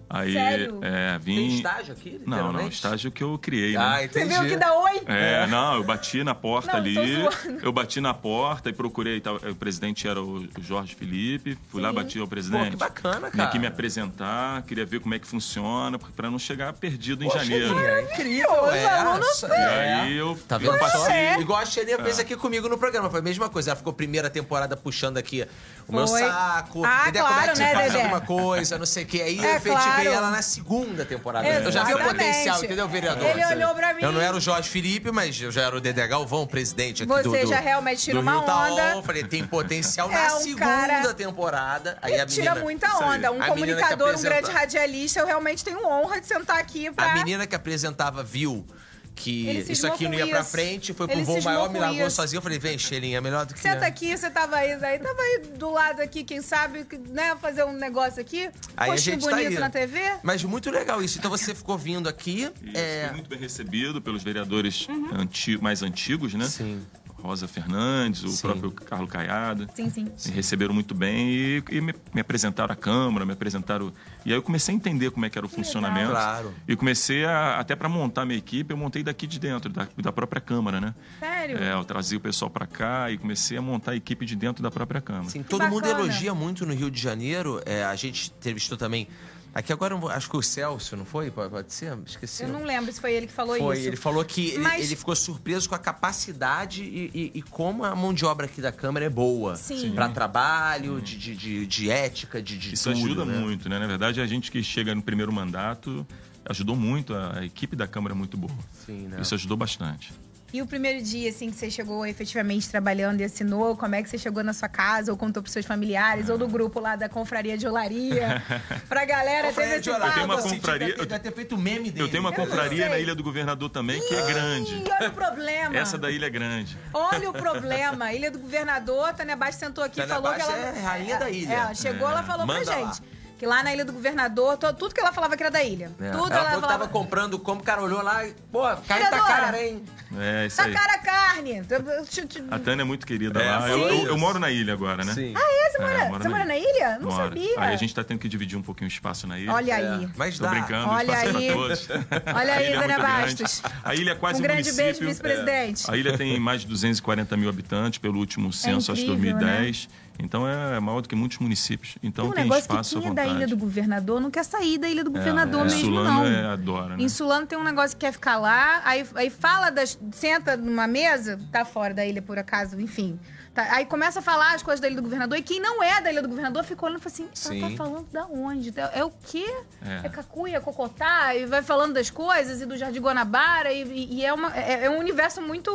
[SPEAKER 3] Aí,
[SPEAKER 2] Sério?
[SPEAKER 3] é, vim.
[SPEAKER 1] Tem estágio aqui,
[SPEAKER 3] Não, não,
[SPEAKER 1] literalmente?
[SPEAKER 3] estágio que eu criei, né?
[SPEAKER 1] Ah,
[SPEAKER 2] Você
[SPEAKER 1] entendi.
[SPEAKER 2] viu que dá oi?
[SPEAKER 3] É, não, eu bati na porta
[SPEAKER 2] Não,
[SPEAKER 3] ali.
[SPEAKER 2] tô zoando.
[SPEAKER 3] Eu bati na porta e procurei. tá, O presidente era o o Jorge Felipe. Fui lá, bati ao presidente.
[SPEAKER 1] Pô, que bacana,
[SPEAKER 3] Vim
[SPEAKER 1] cara.
[SPEAKER 3] aqui me apresentar, queria ver como é que funciona, porque pra não chegar perdido em
[SPEAKER 1] Poxa,
[SPEAKER 3] janeiro.
[SPEAKER 1] Aninha, Incrível,
[SPEAKER 2] Os
[SPEAKER 1] é.
[SPEAKER 2] alunos-
[SPEAKER 1] isso
[SPEAKER 3] E
[SPEAKER 1] é.
[SPEAKER 3] aí eu.
[SPEAKER 1] Tá
[SPEAKER 3] eu
[SPEAKER 1] vendo só?
[SPEAKER 3] passei,
[SPEAKER 2] É.
[SPEAKER 3] É.
[SPEAKER 1] Igual a Xenia fez aqui comigo no programa. Foi a mesma coisa. Ela ficou primeira temporada puxando aqui o meu
[SPEAKER 2] Foi.
[SPEAKER 1] saco.
[SPEAKER 2] Ah,
[SPEAKER 1] entendeu? Como é
[SPEAKER 2] claro,
[SPEAKER 1] que
[SPEAKER 2] né,
[SPEAKER 1] faz
[SPEAKER 2] Dedé?
[SPEAKER 1] alguma coisa, não sei o quê. Aí
[SPEAKER 2] É,
[SPEAKER 1] eu efetivei
[SPEAKER 2] claro.
[SPEAKER 1] ela na segunda temporada. Eu já vi o
[SPEAKER 2] Exatamente.
[SPEAKER 1] potencial, entendeu, vereador?
[SPEAKER 2] Ele olhou pra mim.
[SPEAKER 1] Eu não era o Jorge Felipe, mas eu já era o Dedé Galvão, presidente aqui do
[SPEAKER 2] Você
[SPEAKER 1] do-
[SPEAKER 2] já realmente tirou
[SPEAKER 1] do Rio
[SPEAKER 2] uma
[SPEAKER 1] Taon.
[SPEAKER 2] onda.
[SPEAKER 1] Eu falei, tem potencial
[SPEAKER 2] É
[SPEAKER 1] na
[SPEAKER 2] um
[SPEAKER 1] segunda
[SPEAKER 2] cara
[SPEAKER 1] temporada. Aí a
[SPEAKER 2] Tira
[SPEAKER 1] menina-
[SPEAKER 2] muita
[SPEAKER 3] isso aí.
[SPEAKER 2] onda. Um
[SPEAKER 1] A menina que
[SPEAKER 2] comunicador, um grande
[SPEAKER 1] apresenta-
[SPEAKER 2] radialista, eu realmente tenho honra de sentar aqui pra.
[SPEAKER 1] tá. A menina que apresentava viu que
[SPEAKER 2] Ele
[SPEAKER 1] isso
[SPEAKER 2] cismou
[SPEAKER 1] aqui não
[SPEAKER 2] com
[SPEAKER 1] ia pra
[SPEAKER 2] isso.
[SPEAKER 1] frente, foi pro
[SPEAKER 2] Ele
[SPEAKER 1] voo
[SPEAKER 2] cismou
[SPEAKER 1] maior,
[SPEAKER 2] com
[SPEAKER 1] me largou
[SPEAKER 2] isso.
[SPEAKER 1] sozinho. Eu falei, vem, Xelinha, melhor do que
[SPEAKER 2] Senta
[SPEAKER 1] é.
[SPEAKER 2] aqui, você tava aí, daí tava aí do lado aqui, quem sabe, né, fazer um negócio aqui.
[SPEAKER 1] Aí a
[SPEAKER 2] Postinho
[SPEAKER 1] gente tá
[SPEAKER 2] bonito
[SPEAKER 1] aí.
[SPEAKER 2] na TV.
[SPEAKER 1] Mas muito legal isso. Então você ficou vindo aqui.
[SPEAKER 3] Isso,
[SPEAKER 1] é,
[SPEAKER 3] Fui muito bem recebido pelos vereadores anti- mais antigos, né?
[SPEAKER 1] Sim.
[SPEAKER 3] Rosa Fernandes, o
[SPEAKER 1] Sim.
[SPEAKER 3] próprio Carlos Caiado.
[SPEAKER 2] Sim, sim.
[SPEAKER 3] Me receberam muito bem e, e me, me apresentaram à Câmara, me apresentaram. E aí eu comecei a entender como é que era o funcionamento.
[SPEAKER 1] Claro.
[SPEAKER 3] E comecei a, até para montar minha equipe, eu montei daqui de dentro, da, da própria Câmara, né?
[SPEAKER 2] Sério?
[SPEAKER 3] É, eu trazia o pessoal para cá e comecei a montar a equipe de dentro da própria Câmara.
[SPEAKER 1] Assim,
[SPEAKER 2] Que
[SPEAKER 1] todo mundo
[SPEAKER 2] bacana.
[SPEAKER 1] elogia muito no Rio de Janeiro. É, a gente entrevistou também Aqui agora, eu vou- acho que o Celso, não foi? Pode pode ser? Esqueci.
[SPEAKER 2] Eu não lembro se foi ele que falou
[SPEAKER 1] Foi,
[SPEAKER 2] isso.
[SPEAKER 1] ele falou que ele-
[SPEAKER 2] Mas-
[SPEAKER 1] ele, ficou surpreso com a capacidade e, e- e como a mão de obra aqui da Câmara é boa.
[SPEAKER 2] Sim.
[SPEAKER 1] Pra trabalho, de, de, de- de ética, de, de
[SPEAKER 3] Isso
[SPEAKER 1] tudo,
[SPEAKER 3] ajuda
[SPEAKER 1] né?
[SPEAKER 3] muito, né? Na verdade, a gente que chega no primeiro mandato ajudou muito, a, a equipe da Câmara é muito boa.
[SPEAKER 1] Sim, né?
[SPEAKER 3] Isso ajudou bastante.
[SPEAKER 2] E o primeiro dia, assim, que você chegou efetivamente trabalhando e assinou, como é que você chegou na sua casa, ou contou pros seus familiares, ou do grupo lá da confraria de olaria? pra galera teve
[SPEAKER 1] Confraria
[SPEAKER 2] esse
[SPEAKER 1] de Olaria.
[SPEAKER 2] papo.
[SPEAKER 3] Eu tenho uma
[SPEAKER 1] Assim,
[SPEAKER 3] confraria-
[SPEAKER 1] devia ter- devia ter feito o meme dele.
[SPEAKER 3] Eu tenho uma
[SPEAKER 1] né?
[SPEAKER 3] confraria na
[SPEAKER 2] sei.
[SPEAKER 3] Ilha do Governador também, que é grande.
[SPEAKER 2] Ih, olha o problema.
[SPEAKER 3] Essa da ilha é grande.
[SPEAKER 2] Olha o problema. Ilha do Governador, Tânia Baixo sentou aqui e
[SPEAKER 1] Tânia
[SPEAKER 2] falou que
[SPEAKER 1] Bastos
[SPEAKER 2] ela.
[SPEAKER 1] é rainha da ilha.
[SPEAKER 2] É, ela chegou, ela falou pra
[SPEAKER 1] manda lá.
[SPEAKER 2] gente. Que lá na Ilha do Governador, to- tudo que ela falava que era da ilha.
[SPEAKER 1] É.
[SPEAKER 2] Tudo
[SPEAKER 1] ela falou que
[SPEAKER 2] falava.
[SPEAKER 1] tava comprando como, o cara olhou lá e, pô, caiu da
[SPEAKER 2] Vereadora.
[SPEAKER 1] cara, hein?
[SPEAKER 3] É, isso aí.
[SPEAKER 2] Sacar Tá a carne! Te- te-
[SPEAKER 3] A Tânia é muito querida
[SPEAKER 1] É,
[SPEAKER 3] lá. Eu,
[SPEAKER 1] sim.
[SPEAKER 3] eu- eu moro na ilha agora, né?
[SPEAKER 1] Sim.
[SPEAKER 2] É, você
[SPEAKER 3] É,
[SPEAKER 2] mora,
[SPEAKER 3] moro
[SPEAKER 2] você
[SPEAKER 3] na
[SPEAKER 2] mora na ilha? Não
[SPEAKER 3] Moro.
[SPEAKER 2] sabia.
[SPEAKER 3] Aí a gente Então tá tendo que dividir um pouquinho o espaço na ilha.
[SPEAKER 2] Olha
[SPEAKER 1] É,
[SPEAKER 2] aí.
[SPEAKER 1] Mas
[SPEAKER 3] Tô
[SPEAKER 1] dá.
[SPEAKER 3] brincando,
[SPEAKER 2] Olha
[SPEAKER 3] espaço é
[SPEAKER 2] aí.
[SPEAKER 3] pra todos.
[SPEAKER 2] Olha aí,
[SPEAKER 3] A ilha é
[SPEAKER 2] Tânia
[SPEAKER 3] muito grande.
[SPEAKER 2] Bastos.
[SPEAKER 3] A ilha é quase
[SPEAKER 2] Um
[SPEAKER 3] um
[SPEAKER 2] grande
[SPEAKER 3] município.
[SPEAKER 2] beijo, vice-presidente. É
[SPEAKER 3] É. A ilha tem mais de 240 mil habitantes, pelo último censo, acho que
[SPEAKER 2] incrível, né?
[SPEAKER 3] 2010. Então é maior do que muitos municípios. Então
[SPEAKER 2] um
[SPEAKER 3] tem
[SPEAKER 2] negócio que
[SPEAKER 3] espaço à
[SPEAKER 2] tinha da Ilha
[SPEAKER 3] vontade.
[SPEAKER 2] do Governador, não quer sair da Ilha do Governador
[SPEAKER 3] Insulano
[SPEAKER 2] mesmo, não.
[SPEAKER 3] é, adora, né?
[SPEAKER 2] Insulano tem um negócio que quer ficar lá, aí, aí fala, das, senta numa mesa, tá fora da ilha por acaso, enfim. Tá- aí começa a falar as coisas da Ilha do Governador, e quem não é da Ilha do Governador fica olhando e fala assim, ela
[SPEAKER 1] Sim.
[SPEAKER 2] tá falando da onde? É, é o quê? É.
[SPEAKER 3] É.
[SPEAKER 2] cacuia, cocotá, e vai falando das coisas, e do Jardim Guanabara, e, e- e é, uma- é- é um universo muito,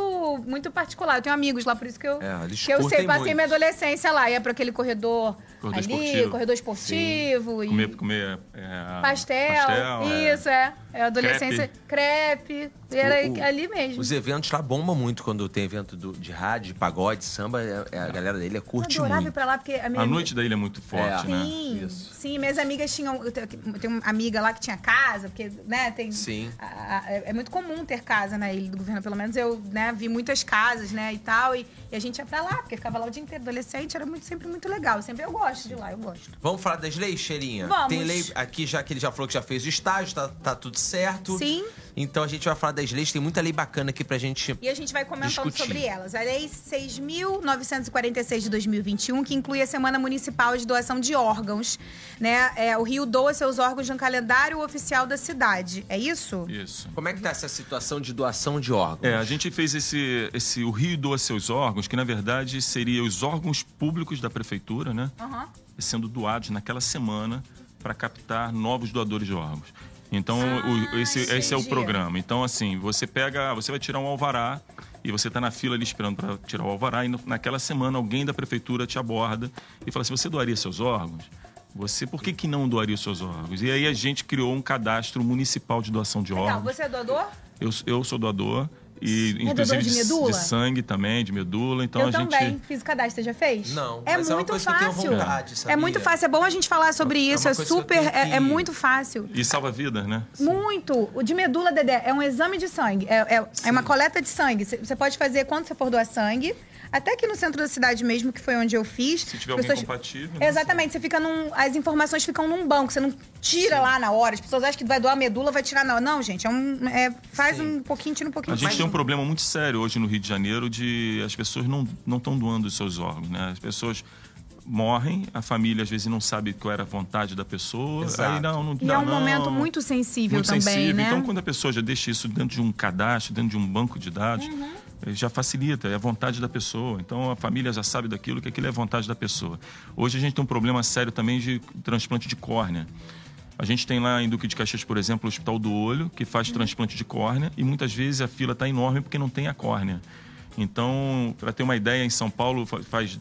[SPEAKER 2] muito particular. Eu tenho amigos lá, por isso que eu,
[SPEAKER 1] É, eles
[SPEAKER 2] que eu sei,
[SPEAKER 1] curtem
[SPEAKER 2] passei
[SPEAKER 1] muito.
[SPEAKER 2] minha adolescência lá, ia pra aquele corredor,
[SPEAKER 3] Corredor
[SPEAKER 2] ali,
[SPEAKER 3] esportivo.
[SPEAKER 2] corredor esportivo, e...
[SPEAKER 3] Comer, comer é,
[SPEAKER 2] Pastel,
[SPEAKER 3] é.
[SPEAKER 2] isso, é. É adolescência. Crepe. e era
[SPEAKER 1] O- o-
[SPEAKER 2] ali mesmo.
[SPEAKER 1] Os eventos lá bombam muito quando tem evento do- de rádio, pagode, samba. é- é a galera dele é
[SPEAKER 2] Eu
[SPEAKER 1] curte
[SPEAKER 2] adorava ir
[SPEAKER 1] muito.
[SPEAKER 2] pra lá, porque a minha
[SPEAKER 3] A noite da ilha é muito forte,
[SPEAKER 1] É.
[SPEAKER 3] né?
[SPEAKER 2] Sim,
[SPEAKER 1] Isso.
[SPEAKER 2] sim, minhas amigas tinham. Eu tenho, eu tenho uma amiga lá que tinha casa, porque, né, tem.
[SPEAKER 1] Sim.
[SPEAKER 2] a- a- é é muito comum ter casa na Ilha do Governo, pelo menos eu, né, vi muitas casas, né, e tal. E, e a gente ia pra lá, porque ficava lá o dia inteiro, adolescente, era muito, sempre muito legal. Sempre eu gosto de lá, eu gosto.
[SPEAKER 1] Vamos falar das leis, Cheirinha?
[SPEAKER 2] Vamos.
[SPEAKER 1] Tem lei aqui, já que ele já falou que já fez o estágio, tá, tá tudo certo.
[SPEAKER 2] Sim.
[SPEAKER 1] Então a gente vai falar das leis, tem muita lei bacana aqui pra gente.
[SPEAKER 2] E a gente vai comentando
[SPEAKER 1] Discutir.
[SPEAKER 2] sobre elas. é A Lei 6.946 de 2021, que inclui a Semana Municipal de Doação de Órgãos. Né? É, o Rio doa seus órgãos no calendário oficial da cidade. É isso?
[SPEAKER 3] Isso.
[SPEAKER 1] Como é que tá essa situação de doação de órgãos?
[SPEAKER 3] É, a gente fez esse, esse O Rio Doa Seus Órgãos, que na verdade seria os órgãos públicos da prefeitura, né?
[SPEAKER 2] Aham.
[SPEAKER 3] Sendo doados naquela semana para captar novos doadores de órgãos. Então,
[SPEAKER 2] Ah,
[SPEAKER 3] o- esse, esse é o
[SPEAKER 2] entendi.
[SPEAKER 3] programa. Então, assim, você pega, você vai tirar um alvará e você está na fila ali esperando para tirar o alvará e no- naquela semana alguém da prefeitura te aborda e fala assim, você doaria seus órgãos? Você, por que, que não doaria os seus órgãos? E aí a gente criou um cadastro municipal de doação de
[SPEAKER 2] Legal.
[SPEAKER 3] órgãos.
[SPEAKER 2] Você é doador?
[SPEAKER 3] Eu, eu sou doador. E,
[SPEAKER 2] É doador
[SPEAKER 3] inclusive
[SPEAKER 2] de
[SPEAKER 3] de,
[SPEAKER 2] medula?
[SPEAKER 3] de sangue também, de medula. Então
[SPEAKER 2] eu
[SPEAKER 3] a gente.
[SPEAKER 2] também. Fiz o cadastro, você já fez?
[SPEAKER 1] Não,
[SPEAKER 2] É
[SPEAKER 1] mas é uma
[SPEAKER 2] muito
[SPEAKER 1] coisa que eu
[SPEAKER 2] fácil.
[SPEAKER 1] tenho vontade, sabia?
[SPEAKER 2] É muito fácil. É bom a gente falar sobre
[SPEAKER 1] É uma
[SPEAKER 2] isso. É
[SPEAKER 1] coisa que eu
[SPEAKER 2] super.
[SPEAKER 1] tenho
[SPEAKER 2] é-
[SPEAKER 1] que-
[SPEAKER 2] é muito fácil.
[SPEAKER 3] E salva vidas, né?
[SPEAKER 2] Muito! O de medula, Dedé, é um exame de sangue. É, é- é uma coleta de sangue. C- Você pode fazer quando você for doar sangue. Até que no centro da cidade mesmo, que foi onde eu fiz.
[SPEAKER 3] Se tiver alguém compatível. né?
[SPEAKER 2] Exatamente, você fica num. As informações ficam num banco, você não tira lá na hora. As pessoas acham que vai doar a medula, vai tirar na hora. Não, gente, é um. é- faz
[SPEAKER 1] Sim.
[SPEAKER 2] um pouquinho, tira um pouquinho.
[SPEAKER 3] A gente
[SPEAKER 2] faz
[SPEAKER 3] tem um
[SPEAKER 2] um-
[SPEAKER 3] problema muito sério hoje no Rio de Janeiro de as pessoas não não estão doando os seus órgãos, né? As pessoas morrem, a família às vezes não sabe qual era a vontade da pessoa.
[SPEAKER 1] Exato.
[SPEAKER 3] Aí não, não
[SPEAKER 2] E é
[SPEAKER 3] dá,
[SPEAKER 2] um momento
[SPEAKER 3] não.
[SPEAKER 2] muito sensível
[SPEAKER 3] muito
[SPEAKER 2] também,
[SPEAKER 3] sensível.
[SPEAKER 2] né?
[SPEAKER 3] Então, quando a pessoa já deixa isso dentro de um cadastro, dentro de um banco de dados,
[SPEAKER 2] Uhum.
[SPEAKER 3] eh, já facilita, é a vontade da pessoa. Então, a família já sabe daquilo, que aquilo é a vontade da pessoa. Hoje a gente tem um problema sério também de transplante de córnea. A gente tem lá em Duque de Caxias, por exemplo, o Hospital do Olho, que faz
[SPEAKER 2] Uhum.
[SPEAKER 3] transplante de córnea, e muitas vezes a fila está enorme porque não tem a córnea. Então, para ter uma ideia, em São Paulo fa- faz,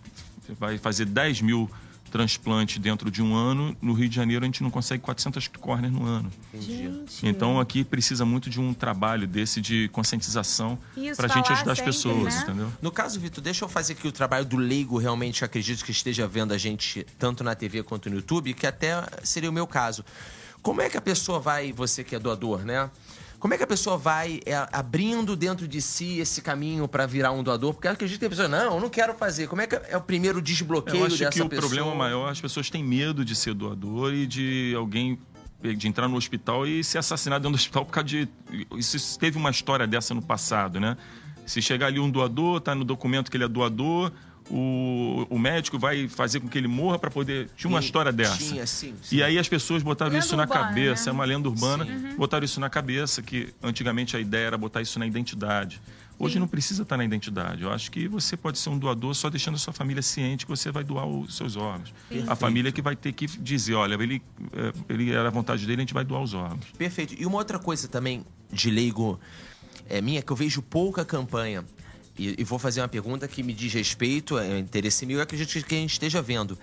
[SPEAKER 3] vai fazer 10 mil transplantes dentro de um ano, no Rio de Janeiro a gente não consegue 400 córneas no ano.
[SPEAKER 2] Gente.
[SPEAKER 3] Então aqui precisa muito de um trabalho desse de conscientização
[SPEAKER 2] Isso,
[SPEAKER 3] para a gente
[SPEAKER 2] falar
[SPEAKER 3] ajudar as
[SPEAKER 2] sempre,
[SPEAKER 3] pessoas,
[SPEAKER 2] né?
[SPEAKER 3] entendeu?
[SPEAKER 1] No caso, Vitor, deixa eu fazer aqui o trabalho do leigo, realmente, que acredito que esteja vendo a gente tanto na TV quanto no YouTube, que até seria o meu caso. Como é que a pessoa vai, você que é doador, né? Como é que a pessoa vai é, abrindo dentro de si esse caminho para virar um doador? Porque ela acredita que a pessoa, não, eu não quero fazer. Como é que é o primeiro desbloqueio
[SPEAKER 3] Eu acho
[SPEAKER 1] dessa
[SPEAKER 3] que o
[SPEAKER 1] pessoa?
[SPEAKER 3] problema maior, as pessoas têm medo de ser doador e de alguém de entrar no hospital e ser assassinado dentro do hospital por causa de isso teve uma história dessa no passado, né? Se chegar ali um doador, tá no documento que ele é doador, o, o médico vai fazer com que ele morra para poder. Tinha uma
[SPEAKER 1] Sim,
[SPEAKER 3] história dessa.
[SPEAKER 1] tinha, sim, sim.
[SPEAKER 3] E aí as pessoas botavam
[SPEAKER 2] Lenda
[SPEAKER 3] isso na
[SPEAKER 2] urbana,
[SPEAKER 3] cabeça,
[SPEAKER 2] né?
[SPEAKER 3] é uma lenda urbana,
[SPEAKER 1] Sim.
[SPEAKER 3] botaram isso na cabeça, que antigamente a ideia era botar isso na identidade. Hoje não precisa estar na identidade. Eu acho que você pode ser um doador só deixando a sua família ciente que você vai doar os seus órgãos. A família que vai ter que dizer, olha, ele, eh, ele era a vontade dele, a gente vai doar os órgãos.
[SPEAKER 1] Perfeito. E uma outra coisa também de leigo é minha, que eu vejo pouca campanha. E, e vou fazer uma pergunta que me diz respeito, é interesse meu, eu acredito que a gente esteja vendo.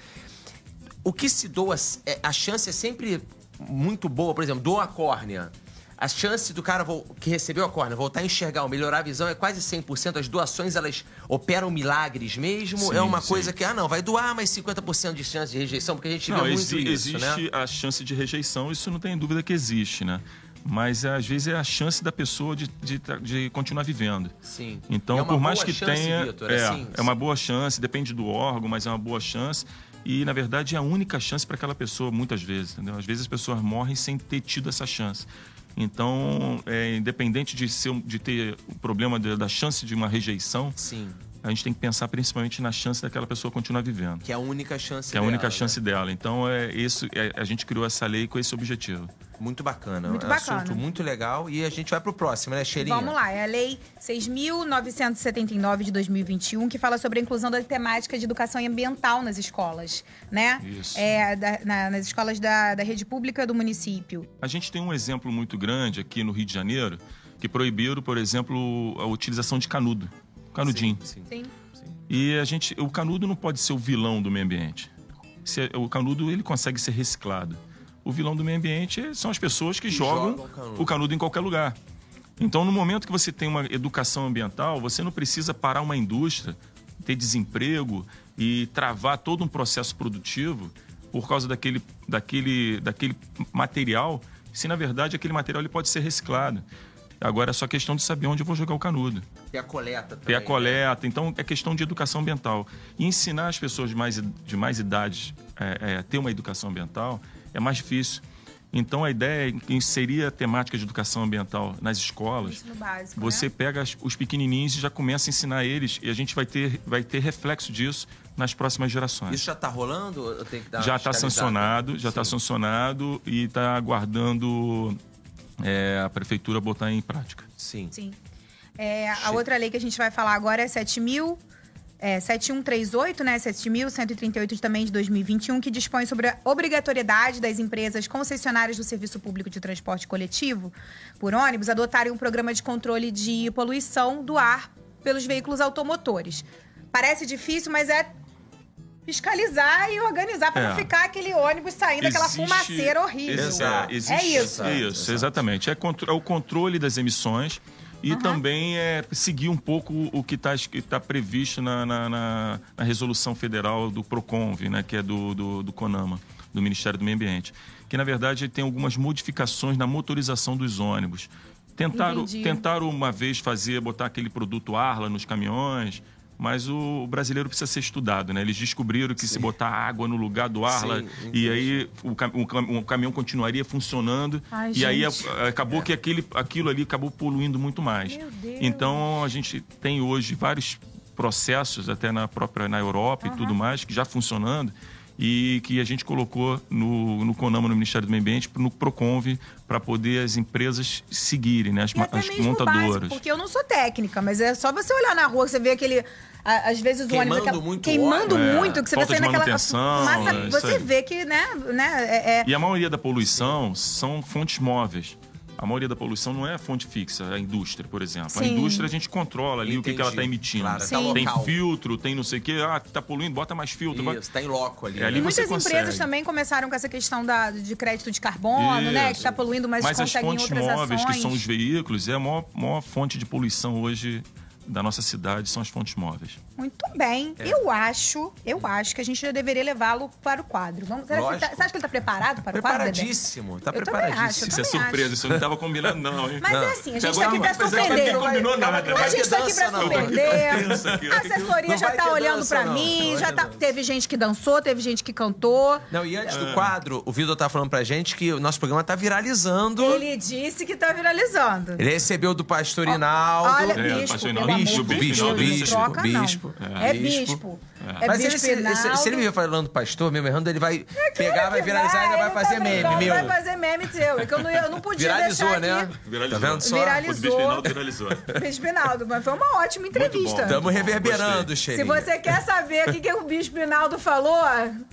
[SPEAKER 1] O que se doa, é, a chance é sempre muito boa, por exemplo, doa a córnea. A chance do cara vol- que recebeu a córnea voltar a enxergar ou melhorar a visão é quase 100%. As doações, elas operam milagres mesmo?
[SPEAKER 3] Sim,
[SPEAKER 1] é uma
[SPEAKER 3] sim.
[SPEAKER 1] coisa que, ah, não, vai doar, mas 50% de chance de rejeição, porque a gente vê muito
[SPEAKER 3] exi-
[SPEAKER 1] isso, né?
[SPEAKER 3] existe a chance de rejeição, isso não tem dúvida que existe, né? Mas às vezes é a chance da pessoa de, de, tra- de continuar vivendo.
[SPEAKER 1] Sim.
[SPEAKER 3] Então,
[SPEAKER 1] É uma
[SPEAKER 3] por mais
[SPEAKER 1] boa
[SPEAKER 3] que
[SPEAKER 1] chance,
[SPEAKER 3] tenha.
[SPEAKER 1] Vitor,
[SPEAKER 3] é,
[SPEAKER 1] assim,
[SPEAKER 3] é uma boa chance, depende do órgão, mas é uma boa chance. E, na verdade, é a única chance para aquela pessoa, muitas vezes, entendeu? Às vezes as pessoas morrem sem ter tido essa chance. Então, é, independente de, ser, um- de ter o problema de- da chance de uma rejeição,
[SPEAKER 1] Sim.
[SPEAKER 3] a gente tem que pensar principalmente na chance daquela pessoa continuar vivendo.
[SPEAKER 1] Que é a única chance
[SPEAKER 3] Que é a
[SPEAKER 1] dela,
[SPEAKER 3] única
[SPEAKER 1] né?
[SPEAKER 3] chance dela. Então, é isso, é- a gente criou essa lei com esse objetivo.
[SPEAKER 1] Muito bacana.
[SPEAKER 2] Muito
[SPEAKER 1] é um
[SPEAKER 2] bacana.
[SPEAKER 1] assunto muito legal. E a gente vai pro próximo, né, Cheirinha?
[SPEAKER 2] Vamos lá, é a Lei 6.979 de 2021, que fala sobre a inclusão da temática de educação ambiental nas escolas, né?
[SPEAKER 3] Isso.
[SPEAKER 2] É, da- na- nas escolas da, da rede pública do município.
[SPEAKER 3] A gente tem um exemplo muito grande aqui no Rio de Janeiro que proibiram, por exemplo, a utilização de canudo, canudinho.
[SPEAKER 1] Sim, sim.
[SPEAKER 2] Sim.
[SPEAKER 3] E a gente, o canudo não pode ser o vilão do meio ambiente. Se- é, o canudo ele consegue ser reciclado. O vilão do meio ambiente é- são as pessoas que, jogam,
[SPEAKER 1] jogam o
[SPEAKER 3] o,
[SPEAKER 1] canudo.
[SPEAKER 3] canudo. em qualquer lugar. Então, no momento que você tem uma educação ambiental, você não precisa parar uma indústria, ter desemprego e travar todo um processo produtivo por causa daquele, daquele, daquele material, se na verdade aquele material ele pode ser reciclado. Agora é só questão de saber onde eu vou jogar o canudo
[SPEAKER 1] Tem a coleta também.
[SPEAKER 3] ter a
[SPEAKER 1] né?
[SPEAKER 3] coleta. Então, é questão de educação ambiental. E ensinar as pessoas de mais, de mais idade é, é, a ter uma educação ambiental é mais difícil. Então, a ideia é inserir a temática de educação ambiental nas escolas.
[SPEAKER 2] Ensino básico,
[SPEAKER 3] Você
[SPEAKER 2] né?
[SPEAKER 3] pega as- os pequenininhos e já começa a ensinar eles. E a gente vai ter, vai ter reflexo disso nas próximas gerações.
[SPEAKER 1] Isso já tá rolando? ou Eu tenho que dar uma
[SPEAKER 3] Já está
[SPEAKER 1] fiscalizada?
[SPEAKER 3] sancionado, já está
[SPEAKER 1] Sim.
[SPEAKER 3] sancionado e está aguardando é, a prefeitura botar em prática.
[SPEAKER 1] Sim.
[SPEAKER 2] Sim. É, a outra lei que a gente vai falar agora é 7.000. É, 7138, né? 7.138 também de 2021, que dispõe sobre a obrigatoriedade das empresas concessionárias do Serviço Público de Transporte Coletivo por ônibus adotarem um programa de controle de poluição do ar pelos veículos automotores. Parece difícil, mas é fiscalizar e organizar para
[SPEAKER 3] É.
[SPEAKER 2] não ficar aquele ônibus saindo aquela
[SPEAKER 3] Existe-
[SPEAKER 2] fumaceira horrível.
[SPEAKER 1] Exato.
[SPEAKER 3] Exa-
[SPEAKER 2] É
[SPEAKER 3] existe-
[SPEAKER 2] isso.
[SPEAKER 1] Exato, exato.
[SPEAKER 3] exatamente. É, contro- é o controle das emissões e também é seguir um pouco o que está previsto na, na- na- na resolução federal do PROCONV, né, que é do, do, do CONAMA, do Ministério do Meio Ambiente. Que, na verdade, tem algumas modificações na motorização dos ônibus. Tentaram,
[SPEAKER 2] Entendi.
[SPEAKER 3] tentaram uma vez fazer, botar aquele produto Arla nos caminhões, mas o, o brasileiro precisa ser estudado, né? Eles descobriram que se botar água no lugar do Arla
[SPEAKER 1] Sim,
[SPEAKER 3] e
[SPEAKER 1] entendi.
[SPEAKER 3] aí o, cam- o cam- o caminhão continuaria funcionando
[SPEAKER 2] Ai,
[SPEAKER 3] e aí a-
[SPEAKER 2] gente.
[SPEAKER 3] a- acabou que aquele, aquilo ali acabou poluindo muito mais.
[SPEAKER 2] Meu Deus.
[SPEAKER 3] Então a gente tem hoje vários processos até na própria na Europa e tudo mais que já funcionando e que a gente colocou no, no CONAMA, no Ministério do Meio Ambiente, no Proconve, para poder as empresas seguirem, né? as,
[SPEAKER 2] E é
[SPEAKER 3] ma-
[SPEAKER 2] até
[SPEAKER 3] as
[SPEAKER 2] mesmo básico,
[SPEAKER 3] montadoras.
[SPEAKER 2] porque eu não sou técnica, mas é só você olhar na rua, você vê aquele. a- Às vezes o
[SPEAKER 1] Queimando
[SPEAKER 2] ônibus. aquela-
[SPEAKER 1] muito
[SPEAKER 2] queimando
[SPEAKER 1] óleo.
[SPEAKER 2] muito, que você
[SPEAKER 3] É. Falta
[SPEAKER 2] vai sair
[SPEAKER 3] de
[SPEAKER 2] naquela.
[SPEAKER 3] manutenção,
[SPEAKER 2] massa,
[SPEAKER 3] é isso
[SPEAKER 2] você
[SPEAKER 3] aí.
[SPEAKER 2] vê que, né? né é, é-
[SPEAKER 3] E a maioria da poluição são fontes móveis. A maioria da poluição não é fonte fixa, a indústria, por exemplo. A
[SPEAKER 2] Sim.
[SPEAKER 3] indústria a gente controla ali o que, que ela está
[SPEAKER 1] Entendi.
[SPEAKER 3] emitindo.
[SPEAKER 1] Claro, é
[SPEAKER 2] tá Sim.
[SPEAKER 3] Tem
[SPEAKER 1] local.
[SPEAKER 3] filtro, tem não sei o quê. Ah, tá poluindo, bota mais filtro. bota-
[SPEAKER 1] Isso, tá em loco ali.
[SPEAKER 3] É ali
[SPEAKER 2] e
[SPEAKER 1] né?
[SPEAKER 3] você
[SPEAKER 2] muitas empresas
[SPEAKER 3] consegue.
[SPEAKER 2] também começaram com essa questão da, de crédito de carbono, né? Que
[SPEAKER 3] Isso.
[SPEAKER 2] tá poluindo, mas,
[SPEAKER 3] Mas as
[SPEAKER 2] conseguem
[SPEAKER 3] fontes
[SPEAKER 2] outras
[SPEAKER 3] móveis,
[SPEAKER 2] ações.
[SPEAKER 3] que são os veículos, é a maior, maior fonte de poluição hoje da nossa cidade, são as fontes móveis.
[SPEAKER 2] Muito bem.
[SPEAKER 3] É.
[SPEAKER 2] Eu acho, eu acho que a gente já deveria levá-lo para o quadro. Vamos, será que ele tá-
[SPEAKER 1] Lógico.
[SPEAKER 2] você acha que ele tá preparado para o quadro? Dedé?
[SPEAKER 1] Preparadíssimo. Tá
[SPEAKER 2] Eu também
[SPEAKER 1] preparadíssimo.
[SPEAKER 2] acho.
[SPEAKER 3] Isso é
[SPEAKER 2] Ah, também
[SPEAKER 3] surpresa, isso eu não estava combinando, não, hein?
[SPEAKER 2] Mas
[SPEAKER 1] Não.
[SPEAKER 2] é assim, a gente
[SPEAKER 3] Agora
[SPEAKER 2] tá aqui
[SPEAKER 3] não
[SPEAKER 2] pra
[SPEAKER 3] vai- mas agora
[SPEAKER 2] surpreender.
[SPEAKER 3] não combinou nada.
[SPEAKER 1] Não
[SPEAKER 2] A
[SPEAKER 1] vai
[SPEAKER 2] gente
[SPEAKER 1] ter
[SPEAKER 2] tá aqui pra
[SPEAKER 1] dança, não.
[SPEAKER 3] Não vai ter
[SPEAKER 2] surpreender.
[SPEAKER 3] dança.
[SPEAKER 2] A assessoria
[SPEAKER 1] Não
[SPEAKER 2] já
[SPEAKER 1] vai
[SPEAKER 2] tá
[SPEAKER 1] ter
[SPEAKER 2] olhando
[SPEAKER 1] dança,
[SPEAKER 2] pra
[SPEAKER 1] não.
[SPEAKER 2] mim,
[SPEAKER 1] Não
[SPEAKER 2] já
[SPEAKER 1] vai
[SPEAKER 2] tá,
[SPEAKER 1] ter dança.
[SPEAKER 2] teve gente que dançou, teve gente que cantou.
[SPEAKER 1] Não, e antes
[SPEAKER 3] É.
[SPEAKER 1] do quadro, o Vitor tá falando pra gente que o nosso programa tá viralizando.
[SPEAKER 2] Ele disse que tá viralizando.
[SPEAKER 1] Ele recebeu do pastor Inaldo.
[SPEAKER 2] Olha,
[SPEAKER 3] É,
[SPEAKER 2] bispo,
[SPEAKER 3] pastor
[SPEAKER 2] pelo
[SPEAKER 3] Inaldo,
[SPEAKER 2] amor
[SPEAKER 3] bispo,
[SPEAKER 2] de
[SPEAKER 3] bispo,
[SPEAKER 2] Deus,
[SPEAKER 3] bispo,
[SPEAKER 2] não troca,
[SPEAKER 1] bispo.
[SPEAKER 2] não. É
[SPEAKER 1] É.
[SPEAKER 2] bispo. É
[SPEAKER 1] Mas ele,
[SPEAKER 2] Bispo
[SPEAKER 1] se, ele- se, se ele
[SPEAKER 2] Hinaldo.
[SPEAKER 1] me ver falando pastor, mesmo errando, ele vai pegar, vai
[SPEAKER 2] que
[SPEAKER 1] viralizar e ainda vai
[SPEAKER 2] ele
[SPEAKER 1] fazer
[SPEAKER 2] também
[SPEAKER 1] meme, meu.
[SPEAKER 2] Vai fazer meme teu. É que eu não, ia- eu não podia
[SPEAKER 1] Viralizou,
[SPEAKER 2] deixar
[SPEAKER 1] né?
[SPEAKER 2] aqui.
[SPEAKER 3] Viralizou.
[SPEAKER 1] Tá vendo só?
[SPEAKER 2] Viralizou.
[SPEAKER 3] O do Bispo Reinaldo viralizou.
[SPEAKER 2] Bispinaldo, mas foi uma ótima entrevista.
[SPEAKER 3] bom.
[SPEAKER 1] Estamos reverberando,
[SPEAKER 2] Se
[SPEAKER 3] Gostei.
[SPEAKER 1] cheirinho.
[SPEAKER 2] você quer saber o que, que o Bispo Hinaldo falou,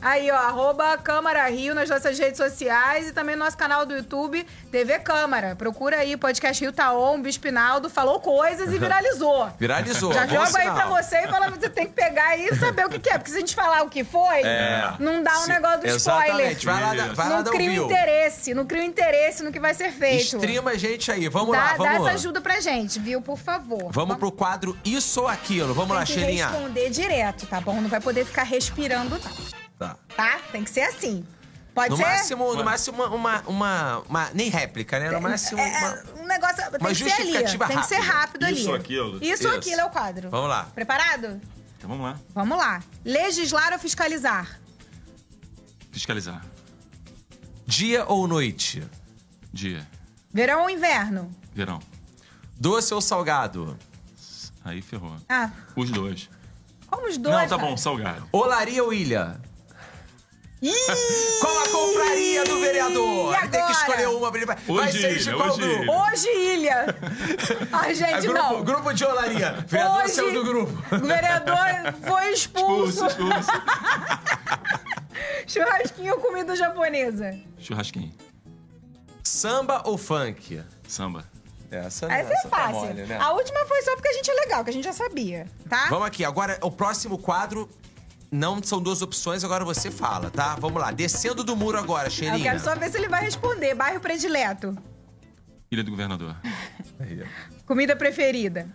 [SPEAKER 2] aí, ó, arroba Câmara Rio nas nossas redes sociais e também no nosso canal do YouTube, TV Câmara. Procura aí, podcast Rio Taon, Bispo Hinaldo, falou coisas e viralizou.
[SPEAKER 1] Viralizou.
[SPEAKER 2] Já
[SPEAKER 1] bom
[SPEAKER 2] joga aí
[SPEAKER 1] sinal.
[SPEAKER 2] pra você e fala, você tem que pegar e saber o que, que é. Porque se a gente falar o que foi, não dá um
[SPEAKER 1] É. Se-
[SPEAKER 2] negócio do spoiler.
[SPEAKER 1] Exatamente. Vai lá, dar- vai lá
[SPEAKER 2] Não
[SPEAKER 1] dar um
[SPEAKER 2] cria
[SPEAKER 1] view.
[SPEAKER 2] interesse, não cria interesse no que vai ser feito.
[SPEAKER 1] Streama a gente aí. Vamos
[SPEAKER 2] dá,
[SPEAKER 1] lá,
[SPEAKER 2] dá
[SPEAKER 1] vamos
[SPEAKER 2] essa
[SPEAKER 1] lá.
[SPEAKER 2] ajuda pra gente, viu? Por favor.
[SPEAKER 1] Vamos pro quadro Isso ou Aquilo. Vamos lá,
[SPEAKER 2] Tem que
[SPEAKER 1] cheirinha.
[SPEAKER 2] responder direto, tá bom? Não vai poder ficar respirando, não,
[SPEAKER 1] Tá.
[SPEAKER 2] tá? Tem que ser assim. Pode
[SPEAKER 1] No
[SPEAKER 2] ser?
[SPEAKER 1] máximo, no máximo uma, uma, uma, uma- Nem réplica, né? No máximo.
[SPEAKER 2] É,
[SPEAKER 1] uma-
[SPEAKER 2] é, um negócio. Tem que ser ali.
[SPEAKER 1] justificativa
[SPEAKER 2] Tem que ser rápido
[SPEAKER 3] rápida.
[SPEAKER 2] ali.
[SPEAKER 3] Isso ou aquilo?
[SPEAKER 2] Isso ou
[SPEAKER 1] Isso.
[SPEAKER 2] aquilo é o quadro.
[SPEAKER 1] Vamos lá.
[SPEAKER 2] Preparado?
[SPEAKER 3] Então vamos lá.
[SPEAKER 2] Vamos lá. Legislar ou fiscalizar?
[SPEAKER 3] Fiscalizar.
[SPEAKER 1] Dia ou noite?
[SPEAKER 3] Dia.
[SPEAKER 2] Verão ou inverno?
[SPEAKER 3] Verão.
[SPEAKER 1] Doce ou salgado?
[SPEAKER 3] Aí ferrou.
[SPEAKER 2] Ah,
[SPEAKER 3] Os dois.
[SPEAKER 2] como os dois.
[SPEAKER 3] Não, tá
[SPEAKER 2] cara.
[SPEAKER 3] bom, salgado.
[SPEAKER 1] Olaria ou ilha? Qual a compraria do vereador?
[SPEAKER 2] E
[SPEAKER 1] Ele tem que
[SPEAKER 2] agora?
[SPEAKER 1] escolher uma. pra ele Vai vai
[SPEAKER 3] Hoje
[SPEAKER 1] ser de
[SPEAKER 3] ilha,
[SPEAKER 1] qual
[SPEAKER 3] hoje
[SPEAKER 1] grupo?
[SPEAKER 3] ilha.
[SPEAKER 2] Hoje, ilha. Ai,
[SPEAKER 1] É
[SPEAKER 2] gente,
[SPEAKER 1] grupo,
[SPEAKER 2] não.
[SPEAKER 1] grupo de olaria. Vereador
[SPEAKER 2] Hoje,
[SPEAKER 1] saiu do grupo.
[SPEAKER 2] O vereador foi expulso.
[SPEAKER 3] Pulso, pulso.
[SPEAKER 2] Churrasquinho ou comida japonesa?
[SPEAKER 3] Churrasquinho.
[SPEAKER 1] Samba ou funk?
[SPEAKER 3] Samba.
[SPEAKER 1] Essa
[SPEAKER 2] Essa é fácil.
[SPEAKER 1] né?
[SPEAKER 2] A última foi só porque a gente é legal, que a gente já sabia, tá?
[SPEAKER 1] Vamos aqui, agora o próximo quadro. Não são duas opções, agora você fala, tá? Vamos lá, descendo do muro agora,
[SPEAKER 2] Eu
[SPEAKER 1] cheirinha.
[SPEAKER 2] quero só ver se ele vai responder. Bairro predileto.
[SPEAKER 3] Ilha do Governador.
[SPEAKER 2] Comida preferida.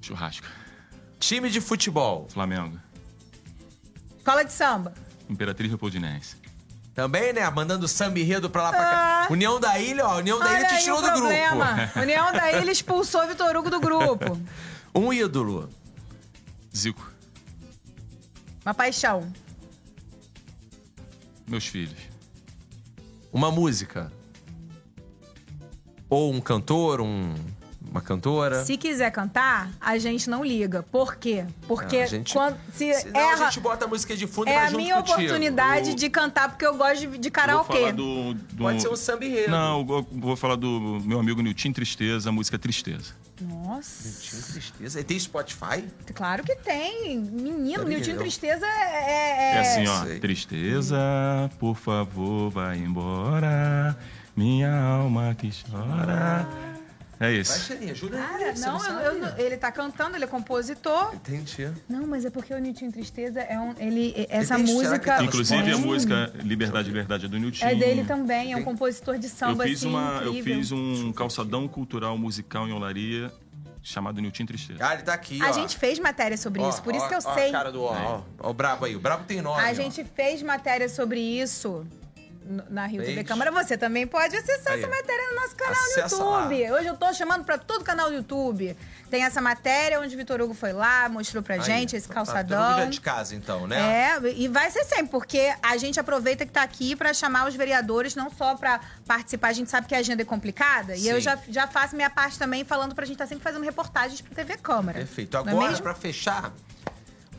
[SPEAKER 3] Churrasco.
[SPEAKER 1] Time de futebol.
[SPEAKER 3] Flamengo.
[SPEAKER 2] Escola de samba.
[SPEAKER 3] Imperatriz Leopoldinense.
[SPEAKER 1] Também, né? Mandando samba enredo pra lá pra cá. União da Ilha, ó. União da Ilha
[SPEAKER 2] Ah. Olha
[SPEAKER 1] te
[SPEAKER 2] aí
[SPEAKER 1] tirou
[SPEAKER 2] o
[SPEAKER 1] do
[SPEAKER 2] problema.
[SPEAKER 3] É.
[SPEAKER 2] União da Ilha expulsou Vitor Hugo do grupo.
[SPEAKER 1] grupo. Um ídolo.
[SPEAKER 3] Zico.
[SPEAKER 2] Uma paixão.
[SPEAKER 3] Meus filhos.
[SPEAKER 1] Uma música. Ou um cantor, um. Uma cantora.
[SPEAKER 2] Se quiser cantar, a gente não liga. Por quê? Porque
[SPEAKER 1] Ah, a gente-
[SPEAKER 2] quando, se
[SPEAKER 1] Senão
[SPEAKER 2] erra,
[SPEAKER 1] a gente bota a música de fundo e
[SPEAKER 2] é
[SPEAKER 1] vai
[SPEAKER 2] a
[SPEAKER 1] junto
[SPEAKER 2] minha
[SPEAKER 1] contigo.
[SPEAKER 2] oportunidade
[SPEAKER 3] O-
[SPEAKER 2] de cantar, porque eu gosto de, de
[SPEAKER 3] Eu Vou falar
[SPEAKER 2] karaokê.
[SPEAKER 3] do, do...
[SPEAKER 1] Pode ser um samba enredo.
[SPEAKER 3] Não, eu vou- vou falar do meu amigo Nilton Tristeza, a música Tristeza.
[SPEAKER 2] Nossa.
[SPEAKER 1] Tinha tristeza. E tem Spotify?
[SPEAKER 2] Claro que tem. Menino,
[SPEAKER 1] Peraí,
[SPEAKER 2] Nilton
[SPEAKER 1] eu-
[SPEAKER 2] Tristeza é.
[SPEAKER 3] É, assim, ó.
[SPEAKER 1] sei.
[SPEAKER 3] Tristeza, por favor, vai embora. Minha alma que chora. É
[SPEAKER 1] Vai,
[SPEAKER 3] isso.
[SPEAKER 1] cheirinha, jura.
[SPEAKER 2] Cara,
[SPEAKER 1] você
[SPEAKER 2] Ah, não, eu-
[SPEAKER 1] sabe.
[SPEAKER 2] eu não- ele tá cantando, ele é compositor.
[SPEAKER 1] Entendi.
[SPEAKER 2] Não, mas é porque o Nilton Tristeza é um. Ele, e- essa
[SPEAKER 1] Ele- será que
[SPEAKER 2] música.
[SPEAKER 1] tá-
[SPEAKER 3] Inclusive a
[SPEAKER 1] Hum.
[SPEAKER 3] música Liberdade, Verdade é do Nilton.
[SPEAKER 2] É dele também, é um
[SPEAKER 1] Tem-
[SPEAKER 2] compositor de samba.
[SPEAKER 3] Eu fiz,
[SPEAKER 2] assim,
[SPEAKER 3] uma, eu
[SPEAKER 2] incrível.
[SPEAKER 3] fiz um calçadão cultural musical em Olaria chamado Nilton Tristeza.
[SPEAKER 1] Ah, ele tá
[SPEAKER 3] um-
[SPEAKER 1] aqui, ó.
[SPEAKER 2] A gente fez matéria sobre
[SPEAKER 1] Ó,
[SPEAKER 2] isso, por
[SPEAKER 1] ó,
[SPEAKER 2] isso que eu
[SPEAKER 1] ó a
[SPEAKER 2] sei.
[SPEAKER 1] cara do ó, ó, ó o brabo aí. O brabo tem nome.
[SPEAKER 2] A
[SPEAKER 1] ó.
[SPEAKER 2] gente fez matéria sobre isso no- na Rio TV
[SPEAKER 1] Fez.
[SPEAKER 2] Câmara. Você também pode acessar
[SPEAKER 1] Aí.
[SPEAKER 2] essa matéria no nosso canal
[SPEAKER 1] Acessa
[SPEAKER 2] no YouTube. Hoje eu tô chamando pra todo canal do YouTube. Tem essa matéria onde o Vitor Hugo foi lá, mostrou pra
[SPEAKER 1] Aí,
[SPEAKER 2] gente esse
[SPEAKER 1] tá
[SPEAKER 2] calçadão.
[SPEAKER 1] todo mundo já de casa, então, né?
[SPEAKER 2] É, e vai ser sempre, porque a gente aproveita que tá aqui pra chamar os vereadores, não só pra participar. A gente sabe que a agenda é complicada. E
[SPEAKER 1] Sim.
[SPEAKER 2] eu já, já faço minha parte também, falando pra gente estar sempre fazendo reportagens pra TV Câmara.
[SPEAKER 1] Perfeito.
[SPEAKER 2] Não é
[SPEAKER 1] Agora,
[SPEAKER 2] mesmo?
[SPEAKER 1] pra fechar,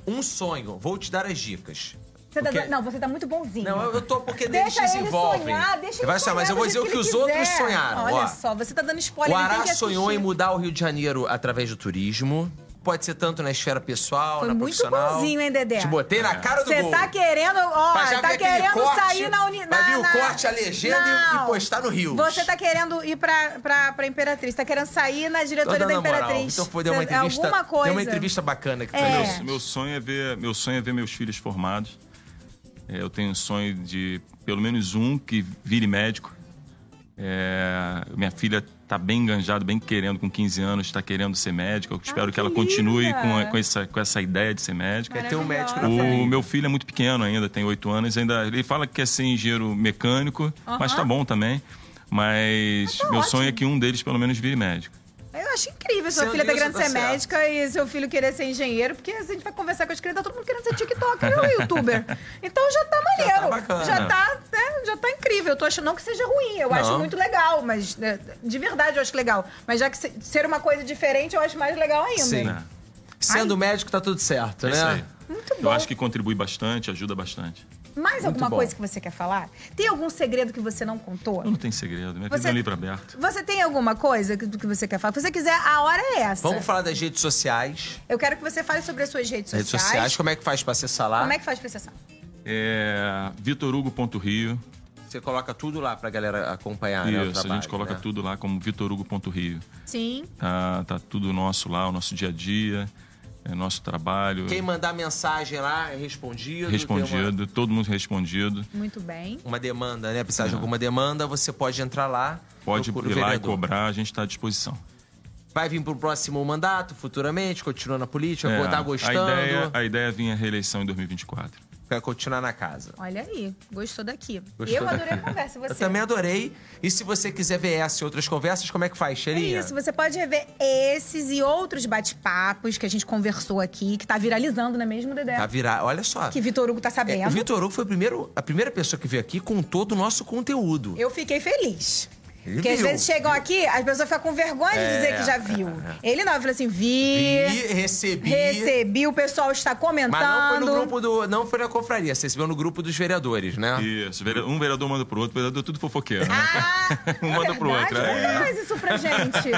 [SPEAKER 1] um sonho. Vou te dar as dicas.
[SPEAKER 2] Você tá
[SPEAKER 1] Porque-
[SPEAKER 2] do- Não, você tá muito bonzinho.
[SPEAKER 1] Não, eu- eu tô porque
[SPEAKER 2] Deixa
[SPEAKER 1] eles
[SPEAKER 2] ele
[SPEAKER 1] desenvolvem.
[SPEAKER 2] sonhar, deixa ele
[SPEAKER 1] Vai sonhar, mas eu vou
[SPEAKER 2] do
[SPEAKER 1] dizer o
[SPEAKER 2] jeito
[SPEAKER 1] que os
[SPEAKER 2] ele
[SPEAKER 1] outros
[SPEAKER 2] quiser.
[SPEAKER 1] sonharam.
[SPEAKER 2] Olha
[SPEAKER 1] ó.
[SPEAKER 2] só, você tá dando spoiler, ele
[SPEAKER 1] O
[SPEAKER 2] tem que
[SPEAKER 1] Ará
[SPEAKER 2] assistir.
[SPEAKER 1] sonhou em mudar o Rio de Janeiro através do turismo. Pode ser tanto na esfera pessoal,
[SPEAKER 2] Foi
[SPEAKER 1] na
[SPEAKER 2] muito
[SPEAKER 1] profissional.
[SPEAKER 2] bonzinho, hein, Dedé?
[SPEAKER 1] Te botei na cara do
[SPEAKER 2] Você
[SPEAKER 1] gol.
[SPEAKER 2] tá querendo, ó,
[SPEAKER 1] Pra já ver
[SPEAKER 2] tá
[SPEAKER 1] aquele
[SPEAKER 2] querendo
[SPEAKER 1] corte,
[SPEAKER 2] sair na unidade.
[SPEAKER 1] pra ver o corte, a legenda e- e postar no Rios.
[SPEAKER 2] Você tá querendo ir pra, pra, pra Imperatriz, tá querendo sair na
[SPEAKER 1] Tô
[SPEAKER 2] diretoria
[SPEAKER 1] dando
[SPEAKER 2] da
[SPEAKER 1] a moral.
[SPEAKER 2] Imperatriz.
[SPEAKER 1] Então foi deu uma
[SPEAKER 2] Cê- é
[SPEAKER 1] entrevista.
[SPEAKER 2] Alguma coisa.
[SPEAKER 1] Deu uma entrevista bacana que
[SPEAKER 2] É.
[SPEAKER 1] tá
[SPEAKER 3] Meu, meu sonho é ver, meu sonho é ver meus filhos formados. É, eu tenho um sonho de pelo menos um que vire médico. É, minha filha está bem enganjada, bem querendo, com 15 anos, está querendo ser médica. Eu espero que,
[SPEAKER 2] que
[SPEAKER 3] ela continue
[SPEAKER 2] linda!
[SPEAKER 3] com, a- com essa, com essa ideia de ser médica.
[SPEAKER 1] Quer ter um médico na
[SPEAKER 2] Maravilhosa.
[SPEAKER 1] frente.
[SPEAKER 3] O meu filho é muito pequeno ainda, tem 8 anos, ainda ele fala que quer ser engenheiro mecânico, mas tá bom também. Mas
[SPEAKER 2] tá
[SPEAKER 3] meu sonho é que um deles pelo menos vire médico.
[SPEAKER 2] Eu acho incrível sua
[SPEAKER 1] Seu
[SPEAKER 2] filha tá
[SPEAKER 1] Nilson
[SPEAKER 2] querendo
[SPEAKER 1] tá
[SPEAKER 2] ser
[SPEAKER 1] certo.
[SPEAKER 2] médica e seu filho querer ser engenheiro, porque a gente vai conversar com as crianças, tá todo mundo querendo ser TikToker ou youtuber. Então já tá maneiro.
[SPEAKER 1] tá bacana.
[SPEAKER 2] Já tá, né, já tá incrível. Eu tô achando não que seja ruim, eu acho
[SPEAKER 1] Não.
[SPEAKER 2] muito legal, mas né, de verdade eu acho legal. Mas já que se- ser uma coisa diferente, eu acho mais legal ainda.
[SPEAKER 1] Sim.
[SPEAKER 3] É.
[SPEAKER 1] Sendo médico, tá tudo certo,
[SPEAKER 3] É isso
[SPEAKER 1] né?
[SPEAKER 3] aí.
[SPEAKER 2] Muito
[SPEAKER 3] Eu
[SPEAKER 2] bom.
[SPEAKER 3] acho que contribui bastante, ajuda bastante.
[SPEAKER 2] Mais alguma
[SPEAKER 1] bom.
[SPEAKER 2] coisa que você quer falar? Tem algum segredo que você não contou?
[SPEAKER 3] Eu não tenho segredo, minha
[SPEAKER 2] Você-
[SPEAKER 3] vida é livre aberta.
[SPEAKER 2] Você tem alguma coisa que, que você quer falar? Se você quiser, a hora é essa.
[SPEAKER 1] Vamos falar das redes sociais.
[SPEAKER 2] Eu quero que você fale sobre as suas redes
[SPEAKER 1] Redes
[SPEAKER 2] sociais.
[SPEAKER 1] sociais, como é que faz pra acessar lá?
[SPEAKER 2] Como é que faz pra acessar?
[SPEAKER 3] É vitorhugo.rio.
[SPEAKER 1] Você coloca tudo lá pra galera acompanhar né, o
[SPEAKER 3] Isso, a
[SPEAKER 1] trabalho,
[SPEAKER 3] gente coloca
[SPEAKER 1] né?
[SPEAKER 3] tudo lá como vitorhugo.rio.
[SPEAKER 2] Sim.
[SPEAKER 3] Tá, tá tudo nosso lá, o nosso dia a dia, é nosso trabalho.
[SPEAKER 1] Quem mandar mensagem lá é respondido. tem uma-
[SPEAKER 3] respondido, todo mundo respondido.
[SPEAKER 2] Muito bem.
[SPEAKER 1] uma demanda, né? Precisar de alguma demanda, você pode entrar lá.
[SPEAKER 3] É. Pode ir
[SPEAKER 1] procura o
[SPEAKER 3] lá e
[SPEAKER 1] vereador.
[SPEAKER 3] cobrar, a gente está à disposição.
[SPEAKER 1] Vai vir pro próximo mandato, futuramente, continua na política,
[SPEAKER 3] É,
[SPEAKER 1] tá gostando,
[SPEAKER 3] A ideia, a ideia é vir a reeleição em 2024.
[SPEAKER 1] vai continuar na casa.
[SPEAKER 2] Olha aí, gostou daqui.
[SPEAKER 1] Gostou
[SPEAKER 2] Eu adorei
[SPEAKER 1] daqui.
[SPEAKER 2] a conversa, você.
[SPEAKER 1] Eu também adorei. E se você quiser ver essa e outras conversas, como é que faz,
[SPEAKER 2] É
[SPEAKER 1] Xelinha?
[SPEAKER 2] isso, você pode rever esses e outros bate-papos que a gente conversou aqui, que tá viralizando, não é mesmo, Dedé?
[SPEAKER 1] Tá virar. Olha só.
[SPEAKER 2] Que Vitor Hugo tá sabendo.
[SPEAKER 1] É, o Vitor Hugo foi o primeiro, a primeira pessoa que veio aqui com todo o nosso conteúdo.
[SPEAKER 2] Eu fiquei feliz.
[SPEAKER 1] Ele
[SPEAKER 2] Porque às
[SPEAKER 1] viu, É,
[SPEAKER 2] vezes chegam aqui, as pessoas ficam com vergonha de dizer que já viu. Ele não, ele falou assim: vi,
[SPEAKER 1] Vi, recebi.
[SPEAKER 2] recebi, o pessoal está comentando.
[SPEAKER 1] Mas não foi no grupo do. Não foi na confraria, você recebeu no grupo dos vereadores, né?
[SPEAKER 3] Isso, vere- um vereador manda pro outro, vereador é tudo fofoqueiro, né?
[SPEAKER 2] Ah,
[SPEAKER 3] Um manda pro
[SPEAKER 2] verdade,
[SPEAKER 3] outro, é.
[SPEAKER 2] Não faz isso pra gente.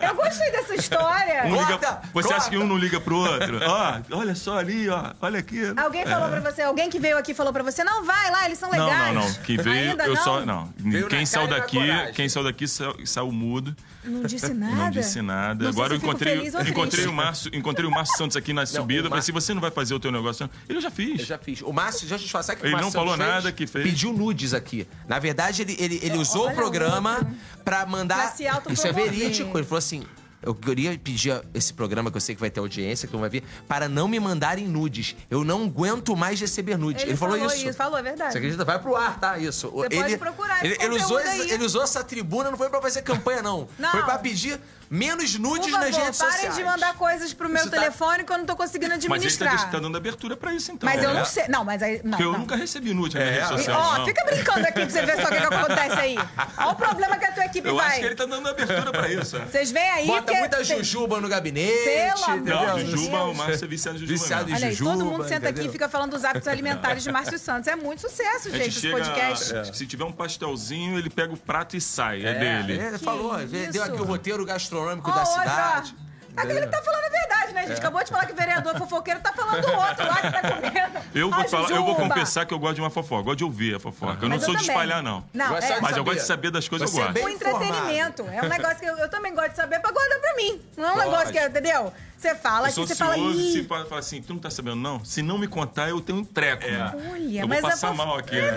[SPEAKER 2] Eu gostei dessa história.
[SPEAKER 3] Um liga-
[SPEAKER 1] Corta!
[SPEAKER 3] você
[SPEAKER 1] Corta!
[SPEAKER 3] acha que um não liga pro outro? Ó, olha só ali, ó, olha aqui. É.
[SPEAKER 2] Alguém falou pra você, alguém que veio aqui falou pra você, não, vai lá, eles são
[SPEAKER 3] Não,
[SPEAKER 2] legais.
[SPEAKER 3] não, não. Que veio,
[SPEAKER 2] Ainda
[SPEAKER 3] eu
[SPEAKER 2] não?
[SPEAKER 3] só. Não.
[SPEAKER 1] Veio
[SPEAKER 3] quem
[SPEAKER 1] na
[SPEAKER 3] saiu
[SPEAKER 1] cara e na
[SPEAKER 3] daqui,
[SPEAKER 1] coragem.
[SPEAKER 3] quem saiu daqui saiu, saiu mudo.
[SPEAKER 2] Não disse nada.
[SPEAKER 3] Não disse nada.
[SPEAKER 2] Não sei
[SPEAKER 3] Agora
[SPEAKER 2] se
[SPEAKER 3] eu
[SPEAKER 2] fico
[SPEAKER 3] encontrei,
[SPEAKER 2] feliz ou
[SPEAKER 3] encontrei
[SPEAKER 2] triste.
[SPEAKER 3] o Márcio, encontrei o Márcio Santos aqui na subida.
[SPEAKER 1] o
[SPEAKER 3] Falei,
[SPEAKER 1] Márcio-
[SPEAKER 3] se você não vai fazer o teu negócio, eu já fiz.
[SPEAKER 1] Eu já fiz. O Márcio, já te falar, sabe o que o
[SPEAKER 3] Ele
[SPEAKER 1] Márcio
[SPEAKER 3] não falou
[SPEAKER 1] Santos
[SPEAKER 3] nada que fez.
[SPEAKER 1] Pediu nudes aqui. Na verdade, ele, ele, ele usou
[SPEAKER 2] Olha
[SPEAKER 1] o programa
[SPEAKER 2] outro.
[SPEAKER 1] pra mandar.
[SPEAKER 2] Pra se autopromover.
[SPEAKER 1] Isso é verídico. Ele falou assim. Eu queria pedir a- esse programa que eu sei que vai ter audiência, que tu vai ver, para não me mandarem nudes. Eu não aguento mais receber nudes. Ele, falou, isso.
[SPEAKER 2] Falou, é verdade.
[SPEAKER 1] Você acredita? Vai pro ar, tá? Isso.
[SPEAKER 2] Você pode procurar esse
[SPEAKER 1] ele, ele usou,
[SPEAKER 2] conteúdo aí.
[SPEAKER 1] ele usou essa tribuna, não foi pra fazer campanha, não.
[SPEAKER 2] Não.
[SPEAKER 1] Foi pra pedir menos
[SPEAKER 2] Por
[SPEAKER 1] nudes
[SPEAKER 2] favor,
[SPEAKER 1] nas redes
[SPEAKER 2] parem
[SPEAKER 1] sociais.
[SPEAKER 2] de mandar coisas pro meu
[SPEAKER 1] Isso tá-
[SPEAKER 2] telefone que eu não tô conseguindo
[SPEAKER 3] Mas ele
[SPEAKER 2] administrar.
[SPEAKER 3] tá, tá dando abertura pra isso, então.
[SPEAKER 2] Mas eu
[SPEAKER 3] né?
[SPEAKER 2] não sei. Não, mas aí. Não,
[SPEAKER 3] Porque eu
[SPEAKER 2] não.
[SPEAKER 3] nunca recebi nude na
[SPEAKER 1] É.
[SPEAKER 3] rede
[SPEAKER 1] E,
[SPEAKER 2] E,
[SPEAKER 3] social.
[SPEAKER 2] Ó,
[SPEAKER 3] não.
[SPEAKER 2] fica brincando aqui pra você ver só o que, que acontece aí. Olha o problema que a tua equipe
[SPEAKER 3] Eu
[SPEAKER 2] vai.
[SPEAKER 3] acho que ele tá dando abertura pra isso. é.
[SPEAKER 2] Vocês veem aí
[SPEAKER 1] Bota
[SPEAKER 2] que.
[SPEAKER 1] muita
[SPEAKER 2] tem-
[SPEAKER 1] jujuba no gabinete.
[SPEAKER 2] Pelo amor
[SPEAKER 1] entendeu?
[SPEAKER 3] Não,
[SPEAKER 2] Deus.
[SPEAKER 3] Jujuba, o Márcio é viciado em Jujuba.
[SPEAKER 1] Viciado
[SPEAKER 3] mesmo.
[SPEAKER 1] em
[SPEAKER 2] Olha aí, todo
[SPEAKER 1] jujuba,
[SPEAKER 2] mundo senta aqui
[SPEAKER 1] entendeu?
[SPEAKER 2] e fica falando dos hábitos alimentares de Márcio Santos. É muito sucesso,
[SPEAKER 3] A
[SPEAKER 2] gente,
[SPEAKER 3] gente
[SPEAKER 2] esse
[SPEAKER 3] chega,
[SPEAKER 2] podcast.
[SPEAKER 3] se tiver um pastelzinho, ele pega o prato e sai. É, dele.
[SPEAKER 1] Ele falou, é, deu
[SPEAKER 2] isso?
[SPEAKER 1] aqui o roteiro gastronômico
[SPEAKER 2] Ó,
[SPEAKER 1] da
[SPEAKER 2] outra.
[SPEAKER 1] cidade.
[SPEAKER 2] Aquele que tá falando a verdade, né,
[SPEAKER 3] É.
[SPEAKER 2] gente? Acabou de falar que o vereador fofoqueiro tá falando do outro lá que tá comendo.
[SPEAKER 3] Eu vou,
[SPEAKER 2] a
[SPEAKER 3] falar, eu vou
[SPEAKER 2] Ah, jujuba.
[SPEAKER 3] confessar que eu gosto de uma fofoca. Eu gosto de ouvir a fofoca. Eu não
[SPEAKER 2] Mas
[SPEAKER 3] sou de
[SPEAKER 2] também.
[SPEAKER 3] espalhar, não.
[SPEAKER 2] Não,
[SPEAKER 1] Gosta
[SPEAKER 2] é.
[SPEAKER 1] de
[SPEAKER 3] Mas eu
[SPEAKER 1] Sabia.
[SPEAKER 3] gosto de saber das coisas,
[SPEAKER 1] Você
[SPEAKER 3] eu
[SPEAKER 1] é
[SPEAKER 3] gosto.
[SPEAKER 1] bem
[SPEAKER 2] um entretenimento. É um negócio que eu, eu também gosto de saber pra guardar pra mim. Não é um
[SPEAKER 1] Lógico.
[SPEAKER 2] negócio que, entendeu? Você fala
[SPEAKER 3] Eu
[SPEAKER 2] aqui,
[SPEAKER 3] sou
[SPEAKER 2] você fala.
[SPEAKER 3] ansioso e se
[SPEAKER 2] Ih,
[SPEAKER 3] fala, fala assim, tu não tá sabendo, não? Se não me contar, eu tenho um treco. né?
[SPEAKER 2] É. olha,
[SPEAKER 3] eu vou
[SPEAKER 2] mas
[SPEAKER 3] passar
[SPEAKER 2] é fofo-
[SPEAKER 3] mal aqui.
[SPEAKER 2] É
[SPEAKER 3] né?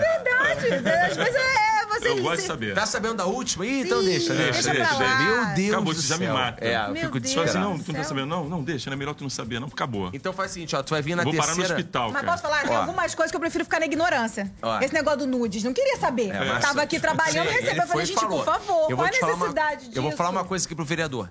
[SPEAKER 2] verdade. Às vezes é, é você.
[SPEAKER 3] Eu gosto de
[SPEAKER 2] se-
[SPEAKER 3] saber.
[SPEAKER 1] Tá sabendo da última? Ih, então
[SPEAKER 2] Sim,
[SPEAKER 1] deixa, deixa,
[SPEAKER 3] deixa pra
[SPEAKER 1] deixa.
[SPEAKER 2] lá.
[SPEAKER 1] Meu Deus
[SPEAKER 3] Acabou,
[SPEAKER 1] do
[SPEAKER 3] isso já me
[SPEAKER 1] céu.
[SPEAKER 3] mata.
[SPEAKER 1] É, eu
[SPEAKER 2] Meu
[SPEAKER 1] fico
[SPEAKER 2] Deus.
[SPEAKER 3] Você fala assim,
[SPEAKER 1] desesperado.
[SPEAKER 3] não, tu não tá
[SPEAKER 2] Céu.
[SPEAKER 3] sabendo, não? Não, deixa, é melhor tu não saber, não, acabou.
[SPEAKER 1] Então faz o seguinte, ó, tu vai vir na
[SPEAKER 3] Eu vou parar no
[SPEAKER 1] terceira...
[SPEAKER 2] Mas
[SPEAKER 3] hospital, cara.
[SPEAKER 2] posso falar? Tem
[SPEAKER 1] Ó.
[SPEAKER 2] algumas coisas que eu prefiro ficar na ignorância.
[SPEAKER 1] Ó.
[SPEAKER 2] Esse negócio do nudes, não queria saber.
[SPEAKER 1] É, mas-
[SPEAKER 2] Tava aqui trabalhando,
[SPEAKER 1] Sim,
[SPEAKER 2] recebeu.
[SPEAKER 1] ele
[SPEAKER 2] Eu falei,
[SPEAKER 1] foi e
[SPEAKER 2] gente,
[SPEAKER 1] falou.
[SPEAKER 2] por favor, qual
[SPEAKER 1] Eu vou
[SPEAKER 2] a
[SPEAKER 1] te falar uma-
[SPEAKER 2] necessidade disso?
[SPEAKER 1] Eu vou falar uma coisa aqui pro vereador.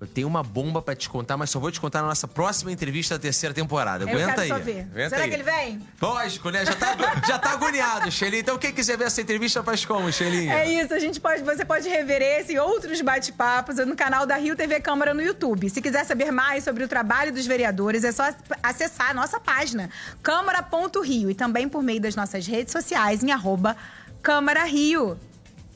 [SPEAKER 1] Eu tenho uma bomba pra te contar, mas só vou te contar na nossa próxima entrevista da terceira temporada.
[SPEAKER 2] Eu
[SPEAKER 1] Aguenta
[SPEAKER 2] quero
[SPEAKER 1] aí.
[SPEAKER 2] só ver.
[SPEAKER 1] Aguenta
[SPEAKER 2] Será
[SPEAKER 1] aí.
[SPEAKER 2] que ele vem?
[SPEAKER 1] Lógico, né? Já tá, já tá agoniado, Shelly. Então quem quiser ver essa entrevista faz como, Shelly?
[SPEAKER 2] É isso, a gente pode, você pode rever esse e outros bate-papos no canal da Rio TV Câmara no YouTube. Se quiser saber mais sobre o trabalho dos vereadores, é só acessar a nossa página, câmara.rio, e também por meio das nossas redes sociais, em arroba Câmara Rio.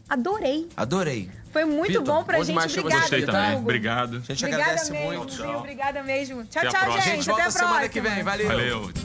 [SPEAKER 2] Adorei.
[SPEAKER 1] Adorei.
[SPEAKER 2] Foi muito
[SPEAKER 1] Vitor,
[SPEAKER 2] bom pra
[SPEAKER 1] bom
[SPEAKER 2] gente.
[SPEAKER 1] demais ter
[SPEAKER 2] Obrigada,
[SPEAKER 3] Gostei
[SPEAKER 1] Obrigado,
[SPEAKER 3] também.
[SPEAKER 2] Hugo.
[SPEAKER 3] Obrigado.
[SPEAKER 1] A gente
[SPEAKER 2] Obrigada
[SPEAKER 1] agradece
[SPEAKER 2] mesmo,
[SPEAKER 1] muito.
[SPEAKER 2] Zinho, Obrigada mesmo. Tchau,
[SPEAKER 3] Até a
[SPEAKER 2] tchau,
[SPEAKER 3] próxima.
[SPEAKER 1] A
[SPEAKER 2] gente. Até
[SPEAKER 1] gente volta
[SPEAKER 2] a próxima.
[SPEAKER 1] semana que vem. Valeu.
[SPEAKER 3] Valeu.